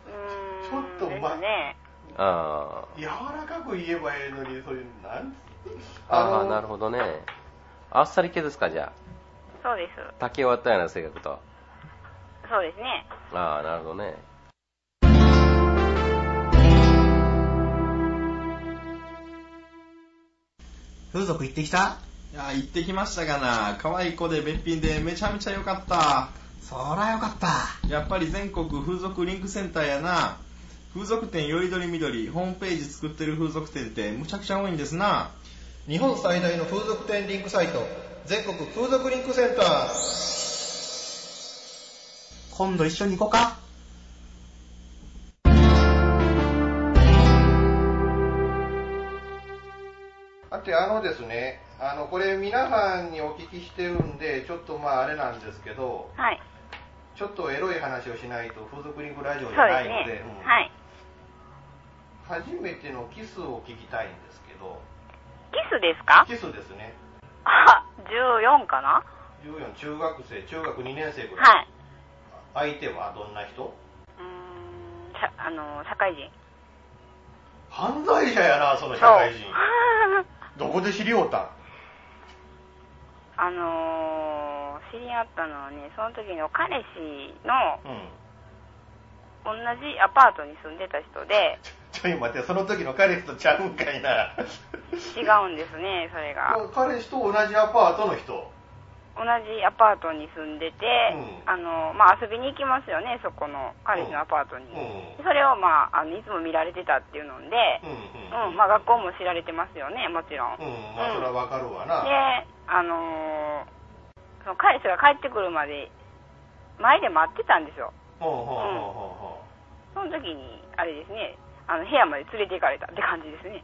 G: うーん。
A: ちょっとま
G: ですね。
D: あ
A: 柔らかく言えばいいのに、そういう、なんつ
D: あ
A: あ
D: あ、
A: の
D: なるほどね。あっさり系ですか、じゃ
G: そうです
D: あ。竹終わったような性格と。
G: そうですね
D: ああ、なるほどね。
H: 風俗行ってきた
I: いや、行ってきましたがな、可愛い子でべっぴんでめちゃめちゃ良かった。
H: そらよかった。
I: やっぱり全国風俗リンクセンターやな。風俗店よりどりみどり、ホームページ作ってる風俗店ってむちゃくちゃ多いんですな。
A: 日本最大の風俗店リンクサイト、全国風俗リンクセンター。
H: 今度一緒に行こうか。
A: あと、あのですね、あの、これ皆さんにお聞きしてるんで、ちょっとまああれなんですけど、
G: はい
A: ちょっとエロい話をしないと風俗リンクラジ
G: そ
A: オ
G: う
A: じ
G: で
A: ゃない
G: す
A: ので、
G: ね
A: うん
G: はい
A: 初めてのキスを聞きたいんですけど、
G: キスですか
A: キスですね。
G: あ14かな
A: 14、中学生、中学2年生ぐらい。
G: はい
A: 相手はどんな人
G: うーんさあの社会人
A: 犯罪者やな、その社
G: そう
A: 会人。どこで知り合うたん
G: あのー知り合ったのはねその時の彼氏の
A: うん。
G: 同じアパートに住んでた人で
A: ちょい待って、その時の彼氏とちゃうんかいな。
G: 違うんですねそれが
A: 彼氏と同じアパートの人。
G: 同じアパートに住んでて、
A: うん
G: あのまあ、遊びに行きますよねそこの彼氏のアパートに、
A: うん
G: それを、まあ、あのいつも見られてたっていうので、
A: うん
G: うん
A: うん。
G: まあ、学校も知られてますよねもちろ
A: う
G: ん、
A: ん、まあ、それはわかるわな。
G: であのーその彼氏が帰ってくるまで前で待ってたんですよ
A: ほうほうほう
G: その時にあれですねあの部屋まで連れて行かれたって感じですね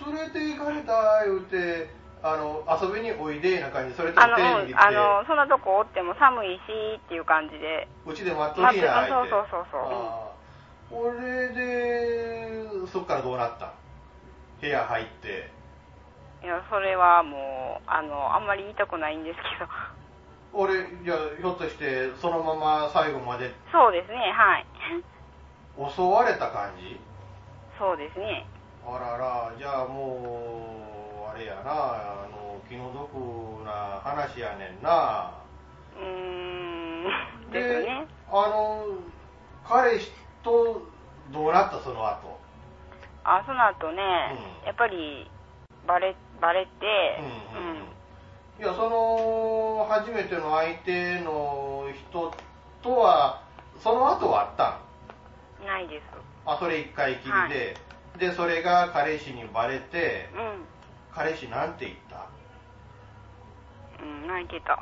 A: ほうほう。連れて行かれた言うて、あの、遊びにおいで、な感じ、それと
G: あ
A: も
G: の、
A: 手
G: う
A: に来
G: ん
A: て、
G: あのそんなとこおっても寒いしっていう感じで
A: うちで待っとりや、
G: 待っ
A: 相
G: て
A: 手。
G: そうそうそうそう
A: あーこれで、そっからどうなったん部屋入って。
G: いやそれはもうあのあんまり言いたくないんですけど
A: 俺、じゃあ、ひょっとして、そのまま最後まで
G: そうですねはい
A: 襲われた感じ
G: そうですね
A: あらら、じゃあもう、あれやな、あの、気の毒な話やねんな。
G: うーんですね
A: あの、彼氏とどうなった、その後。
G: あその後ね、
A: うん
G: やっぱりバレバレて
A: うんうんうんいや、その、初めての相手の人とは、その後はあったん
G: うんないです
A: あ、それ一回きりで、で、それが彼氏にバレて、
G: うん
A: 彼氏なんて言った
G: うん、泣いてた。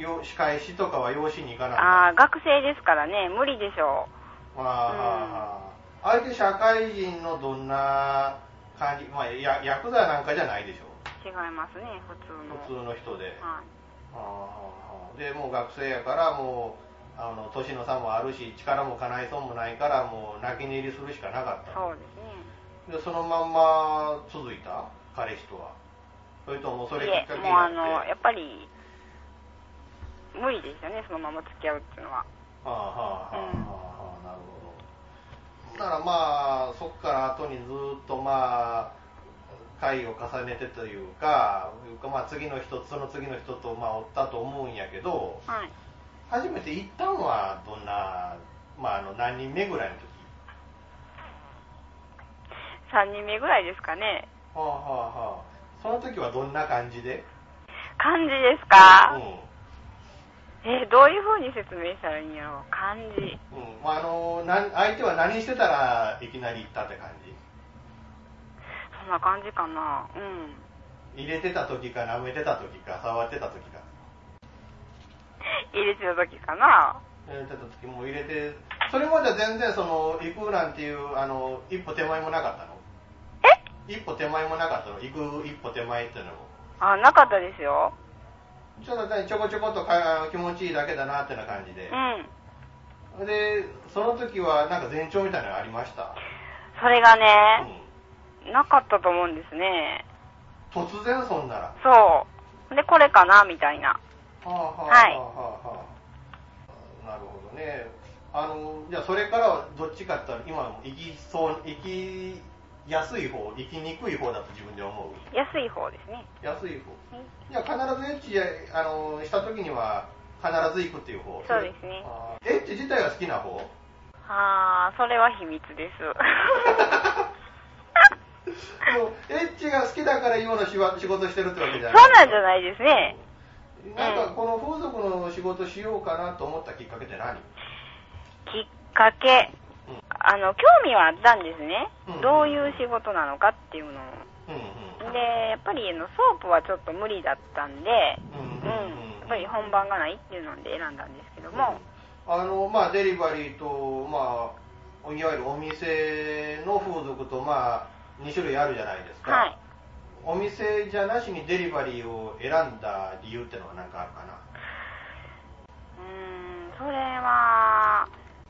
A: よ仕返しとかは養子に行かなか
G: ああ、学生ですからね、無理でしょ
A: った。ああ、相手社会人のどんな感じ、まあ、やヤクザなんかじゃないでしょ。
G: う。違いますね、普通の。
A: 普通の人で。
G: はい。
A: あーで、もう学生やから、もう、あの、年の差もあるし、力もかないそうもないから、もう泣き寝入りするしかなかった
G: そうですね。。
A: で、そのまんま続いた彼氏とは。それともそれきっかけ
G: いえ
A: に
G: もう
A: な
G: あ
A: って。
G: の、やっぱり、無理でしたね、そのまま付き合うっていうのは。
A: はあはあはあはあ、なるほど。だからまあ、そっから後にずっとまあ、回を重ねてというか、いうかまあ次の人、その次の人とまあおったと思うんやけど、
G: はい。
A: 初めて行ったんはどんな、まああの何人目ぐらいの時
G: 3人目ぐらいですかね。
A: はあはあはあ。その時はどんな感じで
G: 感じですか、
A: うん。
G: えーどういう風に説明したらいいんやろう。感じ。
A: うん。まああの、なん相手は何してたらいきなり行ったって感じ
G: そんな感じかな。うん。
A: 入れてた時か舐めてた時か触ってた時か。
G: 入れてた時かな。
A: やってた時も入れて、それまでは全然その、行くなんていう、あの、一歩手前もなかったの
G: え
A: 一歩手前もなかったの行く一歩手前っていうのも。
G: あ、なかったですよ。
A: ちょっとねちょこちょこっとか気持ちいいだけだなってな感じで。
G: うん。
A: で、その時はなんか前兆みたいなのありました、
G: それが
A: う
G: ね、
A: ん
G: なかったと思うんですね。
A: 突然そんなら。
G: そう。で、これかな、みたいな。
A: はあはあは
G: はい
A: あはあ、なるほどね。あの、じゃあそれからはどっちかって言ったら今も行きそう、行き安い方、行きにくい方だと自分で思う。
G: 安い方ですね。
A: 安い方。
G: はい
A: いや、必ずエッチあのした時には、必ず行くっていう方。
G: そうですね
A: あー。エッチ自体は好き な方
G: ああ、それは秘密です。
A: もうエッチが好きだから今の仕仕事してるってわけじ
G: そ
A: ゃ
G: う
A: ない。
G: なんじゃないですね。
A: なんかこの風俗の仕事しようかなと思ったきっかけって何
G: きっかけ
A: うん。
G: あの、興味はあったんですね
A: うん。
G: どういう仕事なのかっていうのを。
A: うんうん
G: で、やっぱりあのソープはちょっと無理だったんで、
A: うん
G: うん。
A: うんうん
G: やっぱり本番がないっていうので選んだんですけども、
A: あのまあデリバリーとまあいわゆるお店の風俗とまあ2種類あるじゃないですか、
G: はい。
A: お店じゃなしにデリバリーを選んだ理由ってのは何かあるかな
G: うーん、それは、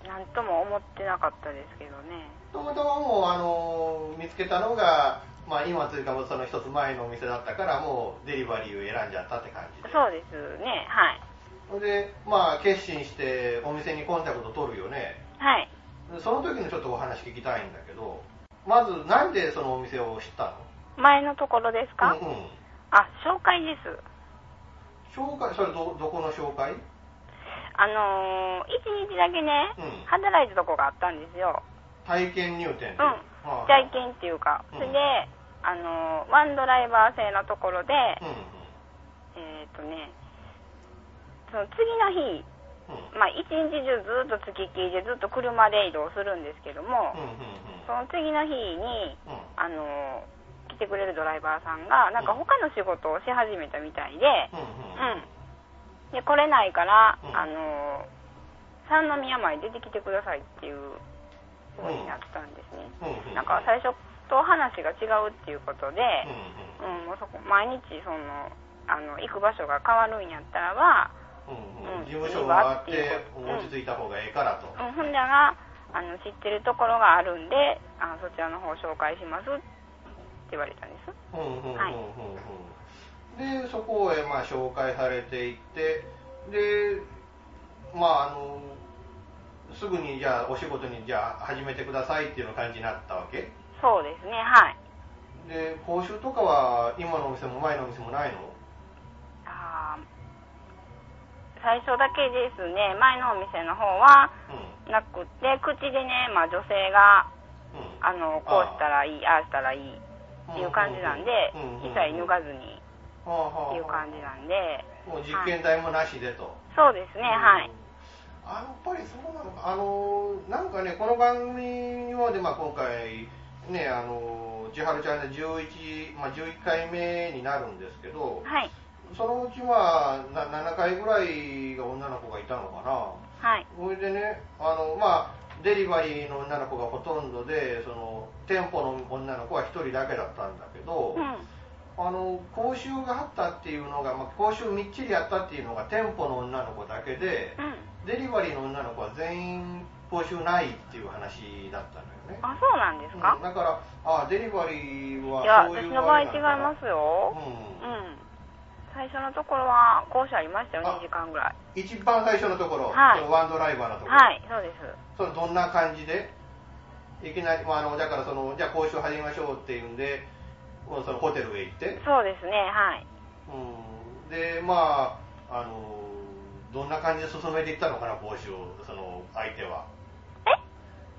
G: なんとも思ってなかったですけどね。
A: たまたまもうあの見つけたのがまあ今というかその一つ前のお店だったからもうデリバリーを選んじゃったって感じで
G: そうですね。はい。
A: それでまあ決心してお店にコンタクト取るよね
G: はい。
A: その時のちょっとお話聞きたいんだけどまずなんでそのお店を知った
G: 前のところですか、
A: のうんうん
G: あ、紹介です。
A: 紹介それどどこの紹介
G: あのー、一日だけね、
A: うん
G: 働いたとこがあったんですよ。
A: 体験入店
G: うん
A: ああ。
G: 体験っていうか。
A: うん
G: それで、あのー、ワンドライバー制のところで、
A: うんうん
G: えっ、とね、その次の日、
A: うん
G: まあ一日中ずっとつきっきりでずっと車で移動するんですけども、
A: うんうん
G: その次の日に、
A: うんうん
G: あのー、来てくれるドライバーさんが、なんか他の仕事をし始めたみたいで、
A: うん
G: うん。で、来れないから、
A: うん
G: あのー、三宮前に出てきてくださいっていう風になったんですね。
A: うんうん
G: なんか最初と話が違うっていうことで、
A: うん
G: うん、もうそこ、毎日その、あの、行く場所が変わるんやったらば、
A: うんうんうん
G: うん
A: 事務所があって
G: うん
A: 落ち着いた方がええからと
G: うん、ほんだら、あの、知ってるところがあるんで、あのそちらの方紹介しますって言われたんです。
A: うんうんうんうん
G: はい
A: うんでそこへまあ紹介されていってでまああのすぐにじゃあお仕事にじゃあ始めてくださいっていうような感じになったわけ
G: そうですね、はい。
A: で講習とかは今のお店も前のお店もないの
G: あー最初だけですね、前のお店の方は、
A: う
G: なくて口でね、まあ、女性が
A: んうん
G: あのこうしたらいいああしたらいいっていう感じなんで
A: うんうんうん
G: 一切脱がずに
A: はあはあは
G: っ
A: あ
G: ていう感じなんで
A: もう実験台もなしでと、
G: そうですねはい
A: あやっぱりそうなのかあのなんかねこの番組はでまあ今回ねあの千春ちゃんで11、まあ、11回目になるんですけど、
G: はい
A: そのうちまあな7回ぐらいが女の子がいたのかな
G: はい
A: それでねあのまあデリバリーの女の子がほとんどでその店舗の女の子は1人だけだったんだけど、
G: うん
A: あの講習があったっていうのが、まあ、講習みっちりやったっていうのが店舗の女の子だけで、
G: うん
A: デリバリーの女の子は全員講習ないっていう話だったのよね
G: あそうなんですか
A: うんだからあデリバリー
G: い
A: は
G: や
A: そう
G: 私
A: いう
G: の場合
A: あれ
G: 違い
A: なんだ
G: ますよ
A: う
G: うんん最初のところは講師ありましたよ
A: あ
G: 2時間ぐらい
A: 一番最初のところ、
G: はい
A: そのワンドライバーのところ、
G: はいそうです
A: それどんな感じでいきなり、まあ、あのだからそのじゃあ講習始めましょうっていうんでもうそのホテルへ行って
G: そうですねはい
A: うんでまああのどんな感じで進めていったのかな講習をその相手は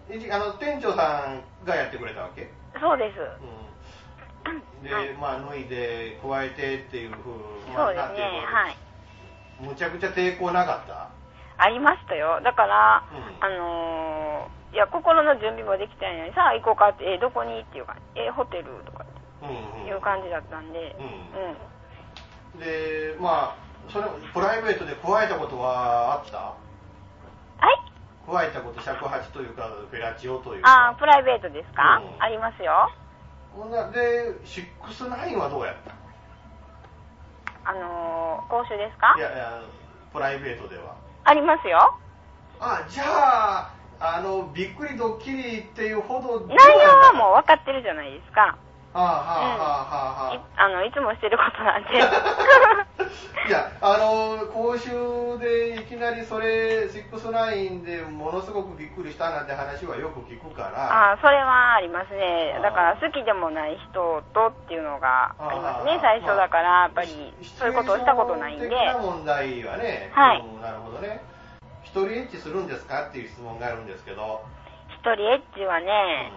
G: え
A: 一あの店長さんがやってくれたわけ、
G: そうです
A: うん、で、
G: はい
A: まあ脱いで加えてっていうふう
G: そうですねはい
A: むちゃくちゃ抵抗なかった
G: ありましたよ。だから、
A: うん
G: あのーいや、心の準備もできてないのに、さあ行こうかって、えどこにっていうか、えホテルとかっ
A: うん
G: て
A: うん
G: いう感じだったんで、
A: うん
G: うん
A: でまあそれプライベートで加えたことはあった
G: はい
A: 加えたこと尺八というかフェラチオというか
G: あープライベートですか、
A: うん
G: ありますよ。
A: ほんなで69はどうやった
G: あのー、講習ですか
A: いやいやプライベートでは
G: ありますよ。
A: あじゃああのびっくりドッキリっていうほど
G: 内容はもう分かってるじゃないですか。
A: うああはあはあはあはあ、
G: いあのいつもしてることなん で
A: いや、あの講習でいきなりそれ、69でものすごくびっくりしたなんて話はよく聞くから、
G: あーそれはありますね
A: あー
G: だから好きでもない人とっていうのがあります
A: あ
G: ね
A: ー
G: 最初だからやっぱり
A: シチ
G: そ
A: ュエ
G: う
A: ー
G: い
A: ショ
G: うこ
A: ン
G: とをしたことないんで
A: 的な問題はね、
G: はい
A: うんなるほどね、一人エッチするんですかっていう質問があるんですけど、
G: 一人エッチはね、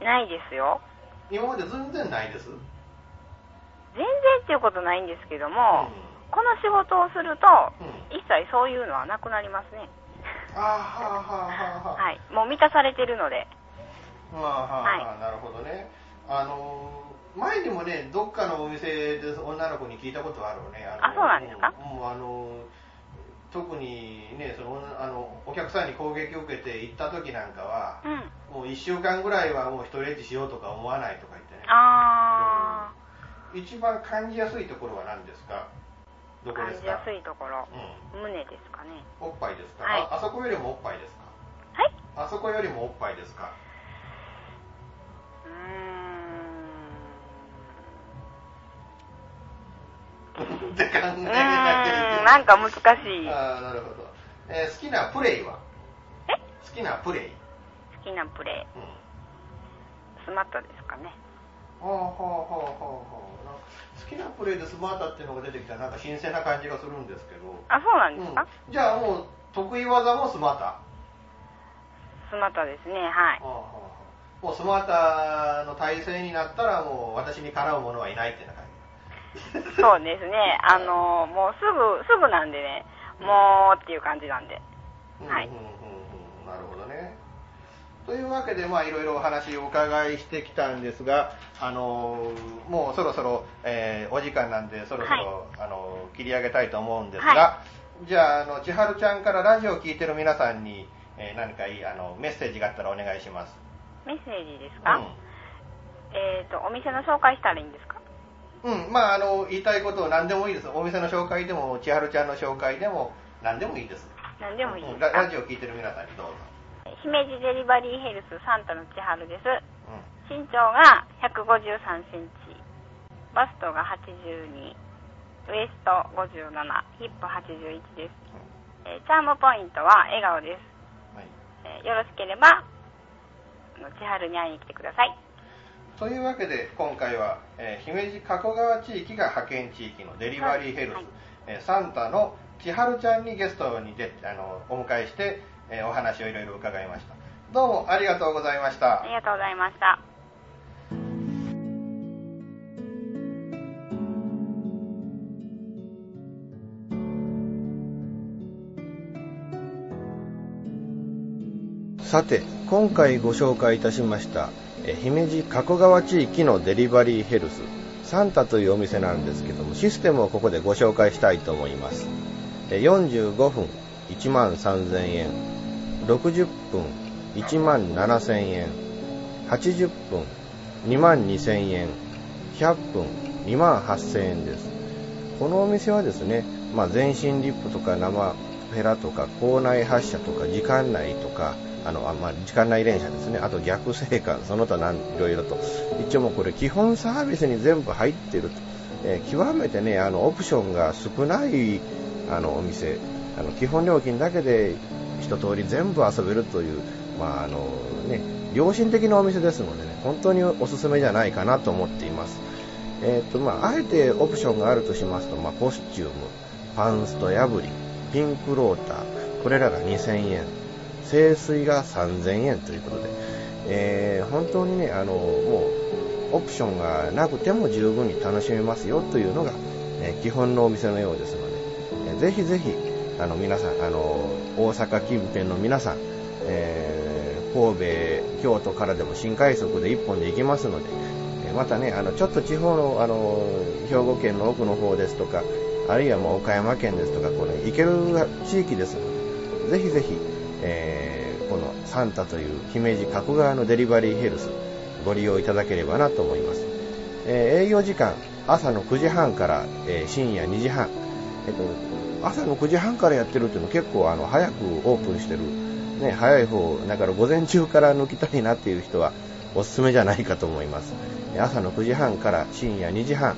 G: ないですよ
A: うん今まで全然ないです。
G: 全然っていうことないんですけど
A: う
G: も、
A: ん
G: この仕事をすると、
A: うん
G: 一切そういうのはなくなりますね
A: あーはあはあはあはあ
G: はいもう満たされてるので
A: まあはあ、はあなるほどね。あのー前にもね、どっかのお店で女の子に聞いたことあるよね。の
G: あそうなんですか
A: うんうんあのー特にね、そのあのお客さんに攻撃を受けて行った時なんかは
G: う、ん
A: もう1週間ぐらいはもう一人エッチしようとか思わないとか言ってね。
G: あ
A: 一番感じやすいところは何ですか
G: ー
A: どこ
G: 感
A: です
G: じや
A: か
G: すいところ
A: う
G: 胸ですかね
A: ん、おっぱいですか、
G: はい
A: ああそこよりもおっぱいですか
G: はい
A: あそこよりもおっぱいです か
G: うー
A: って考えなきゃいけ
G: んう
A: ない
G: ーんなんか難しい
A: ああ、なるほど。えー好きなプレイは
G: え
A: 好きなプレイ。
G: 好きなプレ
A: うん。
G: ースマットですかね
A: ほうほうほうほうほうなんか好きなプレイでスマータっていうのが出てきたらなんか新鮮な感じがするんですけど。
G: あそうなんですか、
A: うん、じゃあもう得意技もスマータ、
G: スマットですねはい
A: ほうほうほうもうスマータの体制になったらもう私にかなう者はいないってな感じ。
G: そうですねあのもうすぐすぐなんでねもうっていう感じなんではい
A: うんうんうんうんなるほどね。というわけで、まあ、いろいろお話をお伺いしてきたんですが、あのーもうそろそろ、えーお時間なんで、そろそろ、あのー切り上げたいと思うんですが、
G: は
A: じゃあ、あの、千春ちゃんからラジオを聞いてる皆さんに、えー何かいい、あの、メッセージがあったらお願いします。
G: メッセージですか、えっ、とお店の紹介したらいいんですか
A: うん。うん、まあ、あの、言いたいことを何でもいいです。お店の紹介でも、千春ちゃんの紹介でも、何でもいいです。
G: 何でもいいで
A: うん
G: す
A: ラ
G: か
A: ラジオを聞いてる皆さんにどうぞ。
G: 姫路デリバリーヘルスサンタの千春です
A: うん
G: 身長が153センチバストが82ウエスト57ヒップ81です、えーチャームポイントは笑顔です、
A: はい
G: えーよろしければあの千春に会いに来てください
A: というわけで今回は、えー姫路加古川地域が派遣地域のデリバリーヘルス、
G: はい
A: えーサンタの千春ちゃんにゲストにであのお迎えして、えーお話をいろいろ伺いましたどうもありがとうございました、
G: ありがとうございました
A: さて今回ご紹介いたしましたえー姫路加古川地域のデリバリーヘルスサンタというお店なんですけどもシステムをここでご紹介したいと思いますえー45分1万3000円60分1万7000円80分2万2000円100分2万8000円ですこのお店はですね、まあ、全身リップとか生ペラとか校内発車とか時間内とかあのあまあ、時間内連車ですねあと逆生還その他なんいろいろと一応もうこれ基本サービスに全部入ってると、えー極めてねあのオプションが少ないあのお店あの基本料金だけで一通り全部遊べるという、まああのね、良心的なお店ですのでね本当におすすめじゃないかなと思っていますえーとまあ、あえてオプションがあるとしますと、まあ、コスチューム、パンスト破り、ピンクローター、これらが2000円、清水が3000円ということで、えー本当にね、あのもうオプションがなくても十分に楽しめますよというのが、えー基本のお店のようですので、えーぜひぜひあの皆さん、あの大阪近辺の皆さん、えー神戸、京都からでも新快速で1本で行きますので、えーまたね、あのちょっと地方のあの兵庫県の奥の方ですとか、あるいはもう岡山県ですとか、この行ける地域ですので、ぜひぜひ、えーこのサンタという姫路加古川のデリバリーヘルス、ご利用いただければなと思います。えー営業時間、朝の9時半から、えー深夜2時半、えっと、朝の9時半からやってるっていうのは結構あの早くオープンしてる、ね、早い方、だから午前中から抜きたいなっていう人はおすすめじゃないかと思います。朝の9時半から深夜2時半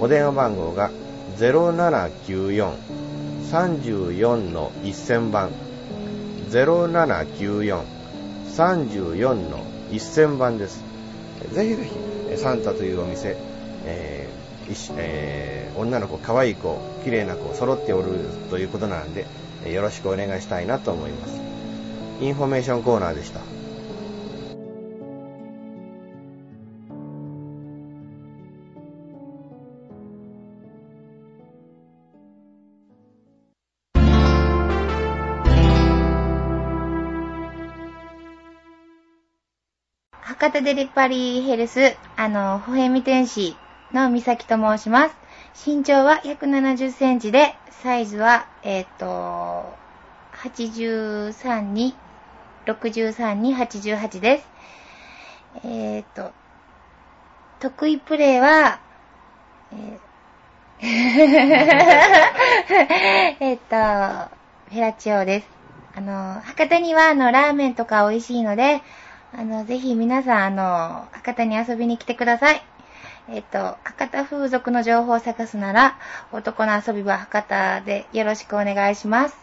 A: お電話番号が0794 34の1000番0794 34の1000番ですぜひぜひえーサンタというお店、えーいしえー女の子可愛い子綺麗な子揃っておるということなんでえーよろしくお願いしたいなと思いますインフォメーションコーナーでした
K: 博多デリパリーヘルス、あの、歩兵未天使の美咲と申します。身長は170センチで、サイズは、えっ、と、83に、63に88です。えっ、と、得意プレイは、えー えっと、フェラチオです。あの、博多には、あの、ラーメンとか美味しいので、あの、ぜひ皆さん、あの、博多に遊びに来てください。えっと、博多風俗の情報を探すなら、男の遊び場博多でよろしくお願いします。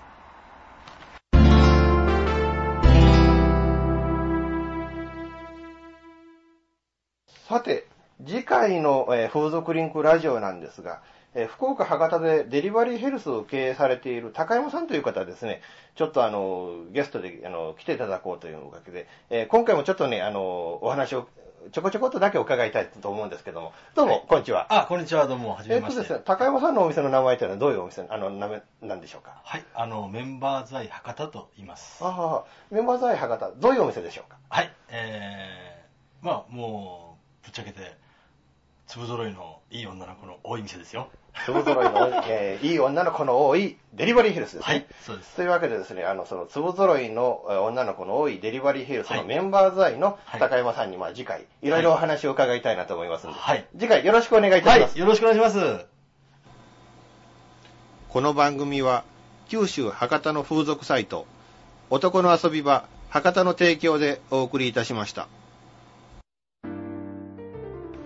A: さて、次回の、えー風俗リンクラジオなんですが、えー福岡博多でデリバリーヘルスを経営されている高山さんという方ですね、ちょっとあの、ゲストであの来ていただこうというわけで、えー今回もちょっとね、あの、お話をちょこちょこっとだけ伺いたいと思うんですけども、どうも、こんにちは。
L: あ、こんにちは、どうも、はじ
A: え
L: め
A: っ
L: ま
A: と
L: し
A: です
L: て。
A: ね、高山さんのお店の名前というのはどういうお店、あの、名前なんでしょうか
L: はい、あの、メンバー財博多と言います。
A: ああ、メンバー財博多、どういうお店でしょうか
L: はい、えー、まあ、もう、ぶっちゃけて、粒揃いのいい女の子の多い店ですよ。
A: 粒揃いの、 えーいい女の子の多いデリバリーヘルスですね。
L: はい、そうです。
A: というわけでですね、あの、その、粒揃いのえー女の子の多いデリバリーヘルスのメンバー在の
L: はい
A: 高山さんに、まあ、次回、いろいろお話を伺いたいなと思いますので、
L: はい
A: 次回よろしくお願いいた
L: は
A: します。
L: い、よろしくお願いします。
A: この番組は、九州博多の風俗サイト、男の遊び場、博多の提供でお送りいたしました。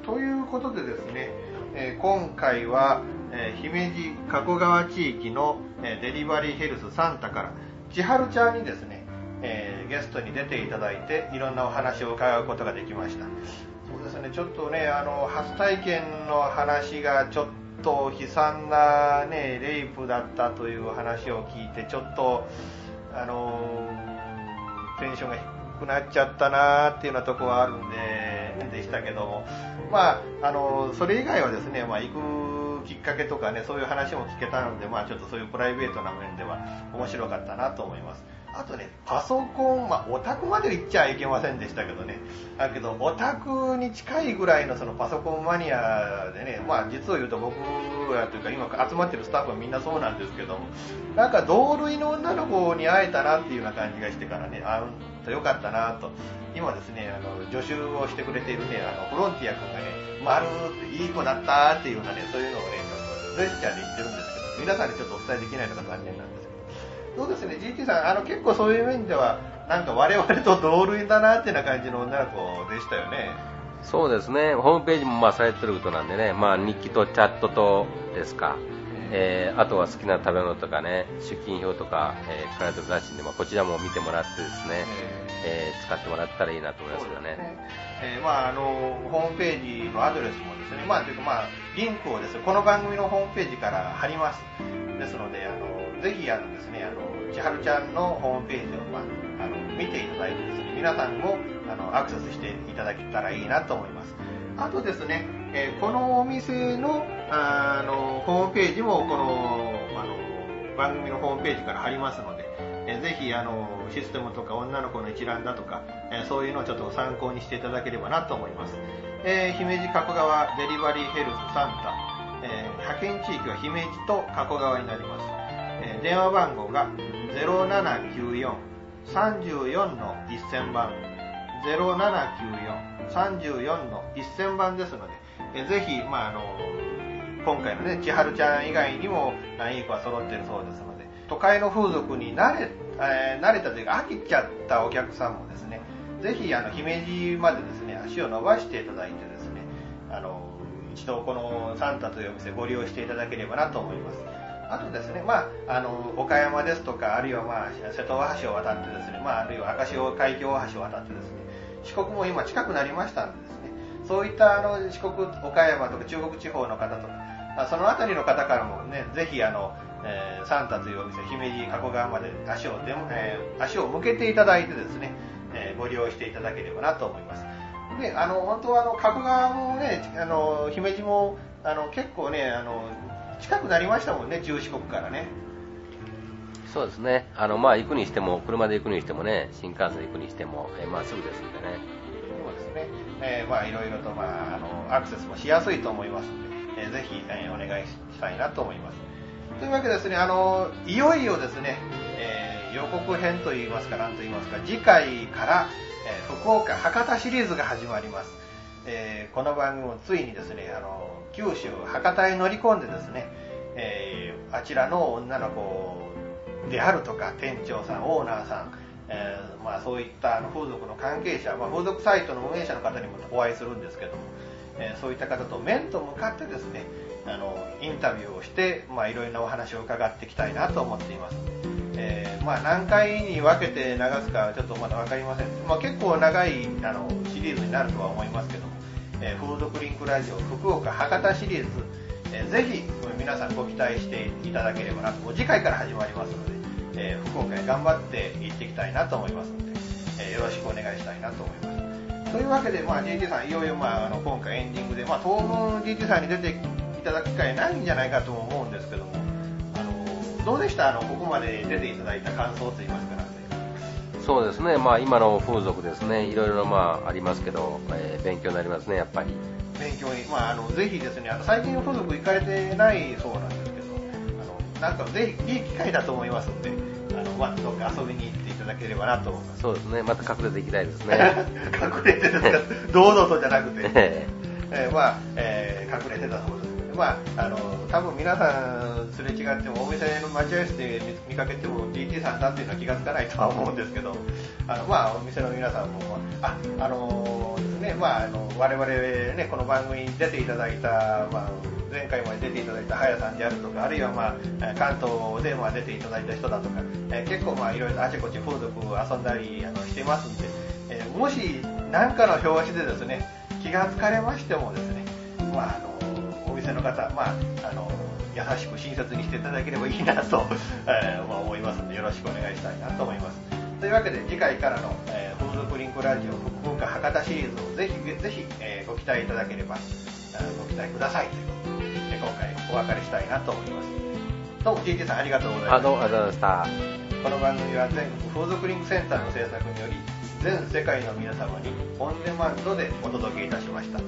A: ということでですね、えー今回は、えー姫路加古川地域の、えーデリバリーヘルスサンタから千春ちゃんにですね、えーゲストに出ていただいていろんなお話を伺うことができましたそうですねちょっとねあの初体験の話がちょっと悲惨な、ね、レイプだったという話を聞いてちょっとあのーテンションが低くなっちゃったなーっていうようなところはあるんででしたけどもまああのーそれ以外はですね、まあ、行くきっかけとかねそういう話も聞けたので、まあ、ちょっとそういうプライベートな面では面白かったなと思いますあとねパソコン、まあ、オタクまで行っちゃいけませんでしたけどねだけどオタクに近いぐらいのそのパソコンマニアでね、まあ、実を言うと僕らというか今集まってるスタッフはみんなそうなんですけどもなんか同類の女の子に会えたなっていうような感じがしてからねあうんとよかったなと今ですねあの助手をしてくれているねあのフロンティア君がね「まるーっていい子だった」っていうようなねそういうのをねちょっとジェスチャーで言ってるんですけど皆さんにちょっとお伝えできないのが残念なんですけどそうですね、GT さん、あの結構そういう面では、なんか我々と同類だなっていうような感じの女の子でしたよね。
D: そうですね、ホームページもまあされてることなんでね、まあ、日記とチャットとですか、えーあとは好きな食べ物とかね、出勤表とか、えー書かれてるらしいんで、まあ、こちらも見てもらってですね、えー使ってもらったらいいなと思いますけどね。
A: えーまあ、あのホームページのアドレスもですね、まあ、というか、まあ、リンクをですねこの番組のホームページから貼りますですのであのぜひあのですねあの千春ちゃんのホームページを、まあ、あの見ていただいてですね皆さんもあのアクセスしていただけたらいいなと思いますあとですね、えーこのお店のあーあのホームページもこのあの番組のホームページから貼りますので、えーぜひあのシステムとか女の子の一覧だとか、えーそういうのをちょっと参考にしていただければなと思います、えー姫路加古川デリバリーヘルスサンタ、えー派遣地域は姫路と加古川になります、えー電話番号が0794-34の1000番0794-34の1000番ですので、えーぜひ、まあ、あの今回のね千春ちゃん以外にも何いい子は揃ってるそうですので都会の風俗に慣れ,、えー慣れたというか飽きちゃったお客さんもですねぜひあの姫路までですね足を伸ばしていただいてですね、あの一度このサンタというお店ご利用していただければなと思いますあとですね、まあ、あの岡山ですとかあるいは、まあ、瀬戸大橋を渡ってですね、まあ、あるいは赤潮海峡大橋を渡ってですね四国も今近くなりましたんでですねそういったあの四国岡山とか中国地方の方とかあその辺りの方からもねぜひあの、えーサンタというお店姫路加古川まで足をでも、えー足を向けていただいてですね、えーご利用していただければなと思いますね、あの本当はあの加古川もね、あの姫路もあの結構ねあの、近くなりましたもんね、中四国からね。
D: そうですね、あのまあ、行くにしても、車で行くにしてもね、新幹線で行くにしても、えーまあ、すぐですんでね、
A: そうですね、えーまあ、いろいろと、まあ、あのアクセスもしやすいと思いますので、えーぜひ、えーお願いしたいなと思います。というわけでですね、あのいよいよですね、えー予告編といいますか、なんと言いますか、次回から、えー福岡博多シリーズが始まります。えーこの番組もついにですね、あの九州博多へ乗り込んでですね、えーあちらの女の子であるとか店長さんオーナーさん、えーまあ、そういったあの風俗の関係者、まあ、風俗サイトの運営者の方にもお会いするんですけども、えーそういった方と面と向かってですねあのインタビューをして、まあ、いろいろなお話を伺っていきたいなと思っています、えーまあ、何回に分けて流すかはちょっとまだ分かりません、まあ、結構長いあのシリーズになるとは思いますけども、えー風俗リンクラジオ福岡博多シリーズえーぜひ皆さんご期待していただければなと、もう次回から始まりますので、えー福岡へ頑張って行っていきたいなと思いますので、えーよろしくお願いしたいなと思います。というわけで、まあ、DT さん、いよいよ、まあ、あの今回エンディングで、まあ、当分 DT さんに出ていただく機会ないんじゃないかとも思うんですけども、あのどうでしたあのここまで出ていただいた感想といいますかなんで
D: そうですね、まあ、今の風俗ですね、いろいろまあありますけど、えー勉強になりますね、やっぱり。
A: 勉強に、まあ、あのぜひですね、あの最近風俗行かれてないそうなんですけど、あのなんかぜひいい機会だと思いますので、あのまあ、どっか遊びに行っていただければなと思います。
D: そうですね、また隠れていきたいですね。
A: 隠れてですか、堂々とじゃなくて、
D: え
A: えーまあえー隠れてたそうですけど、まあ、あの多分皆さんすれ違っても、お店の待合室で見見かけても、DT さんだっていうのは気がつかないとは思うんですけど、あのまあ、お店の皆さんも、ああのですね、まあ、あの我々、ね、この番組に出ていただいた、まあ、前回まで出ていただいた早さんであるとか、あるいは、まあ、えー関東で、まあ、出ていただいた人だとか、えー結構、まあ、いろいろあちこち風俗を遊んだりあのしてますんで、えーもし何かの表紙でですね気がつかれましてもですね、まあ、あのお店の方、まあ、あの優しく親切にしていただければいいなと、 えーまあ、思いますのでよろしくお願いしたいなと思います。というわけで次回からの、えー、風俗リンクラジオ福岡博多シリーズをぜひぜひ、えーご期待いただければあーご期待くださいということでえー今回お別れしたいなと思いますどうも JT さんありがとうござい
D: え
A: ま
D: あ
A: す
D: どうもありがとうございました。
A: この番組は全国風俗リンクセンターの制作により全世界の皆様にオンデマンドでお届けいたしました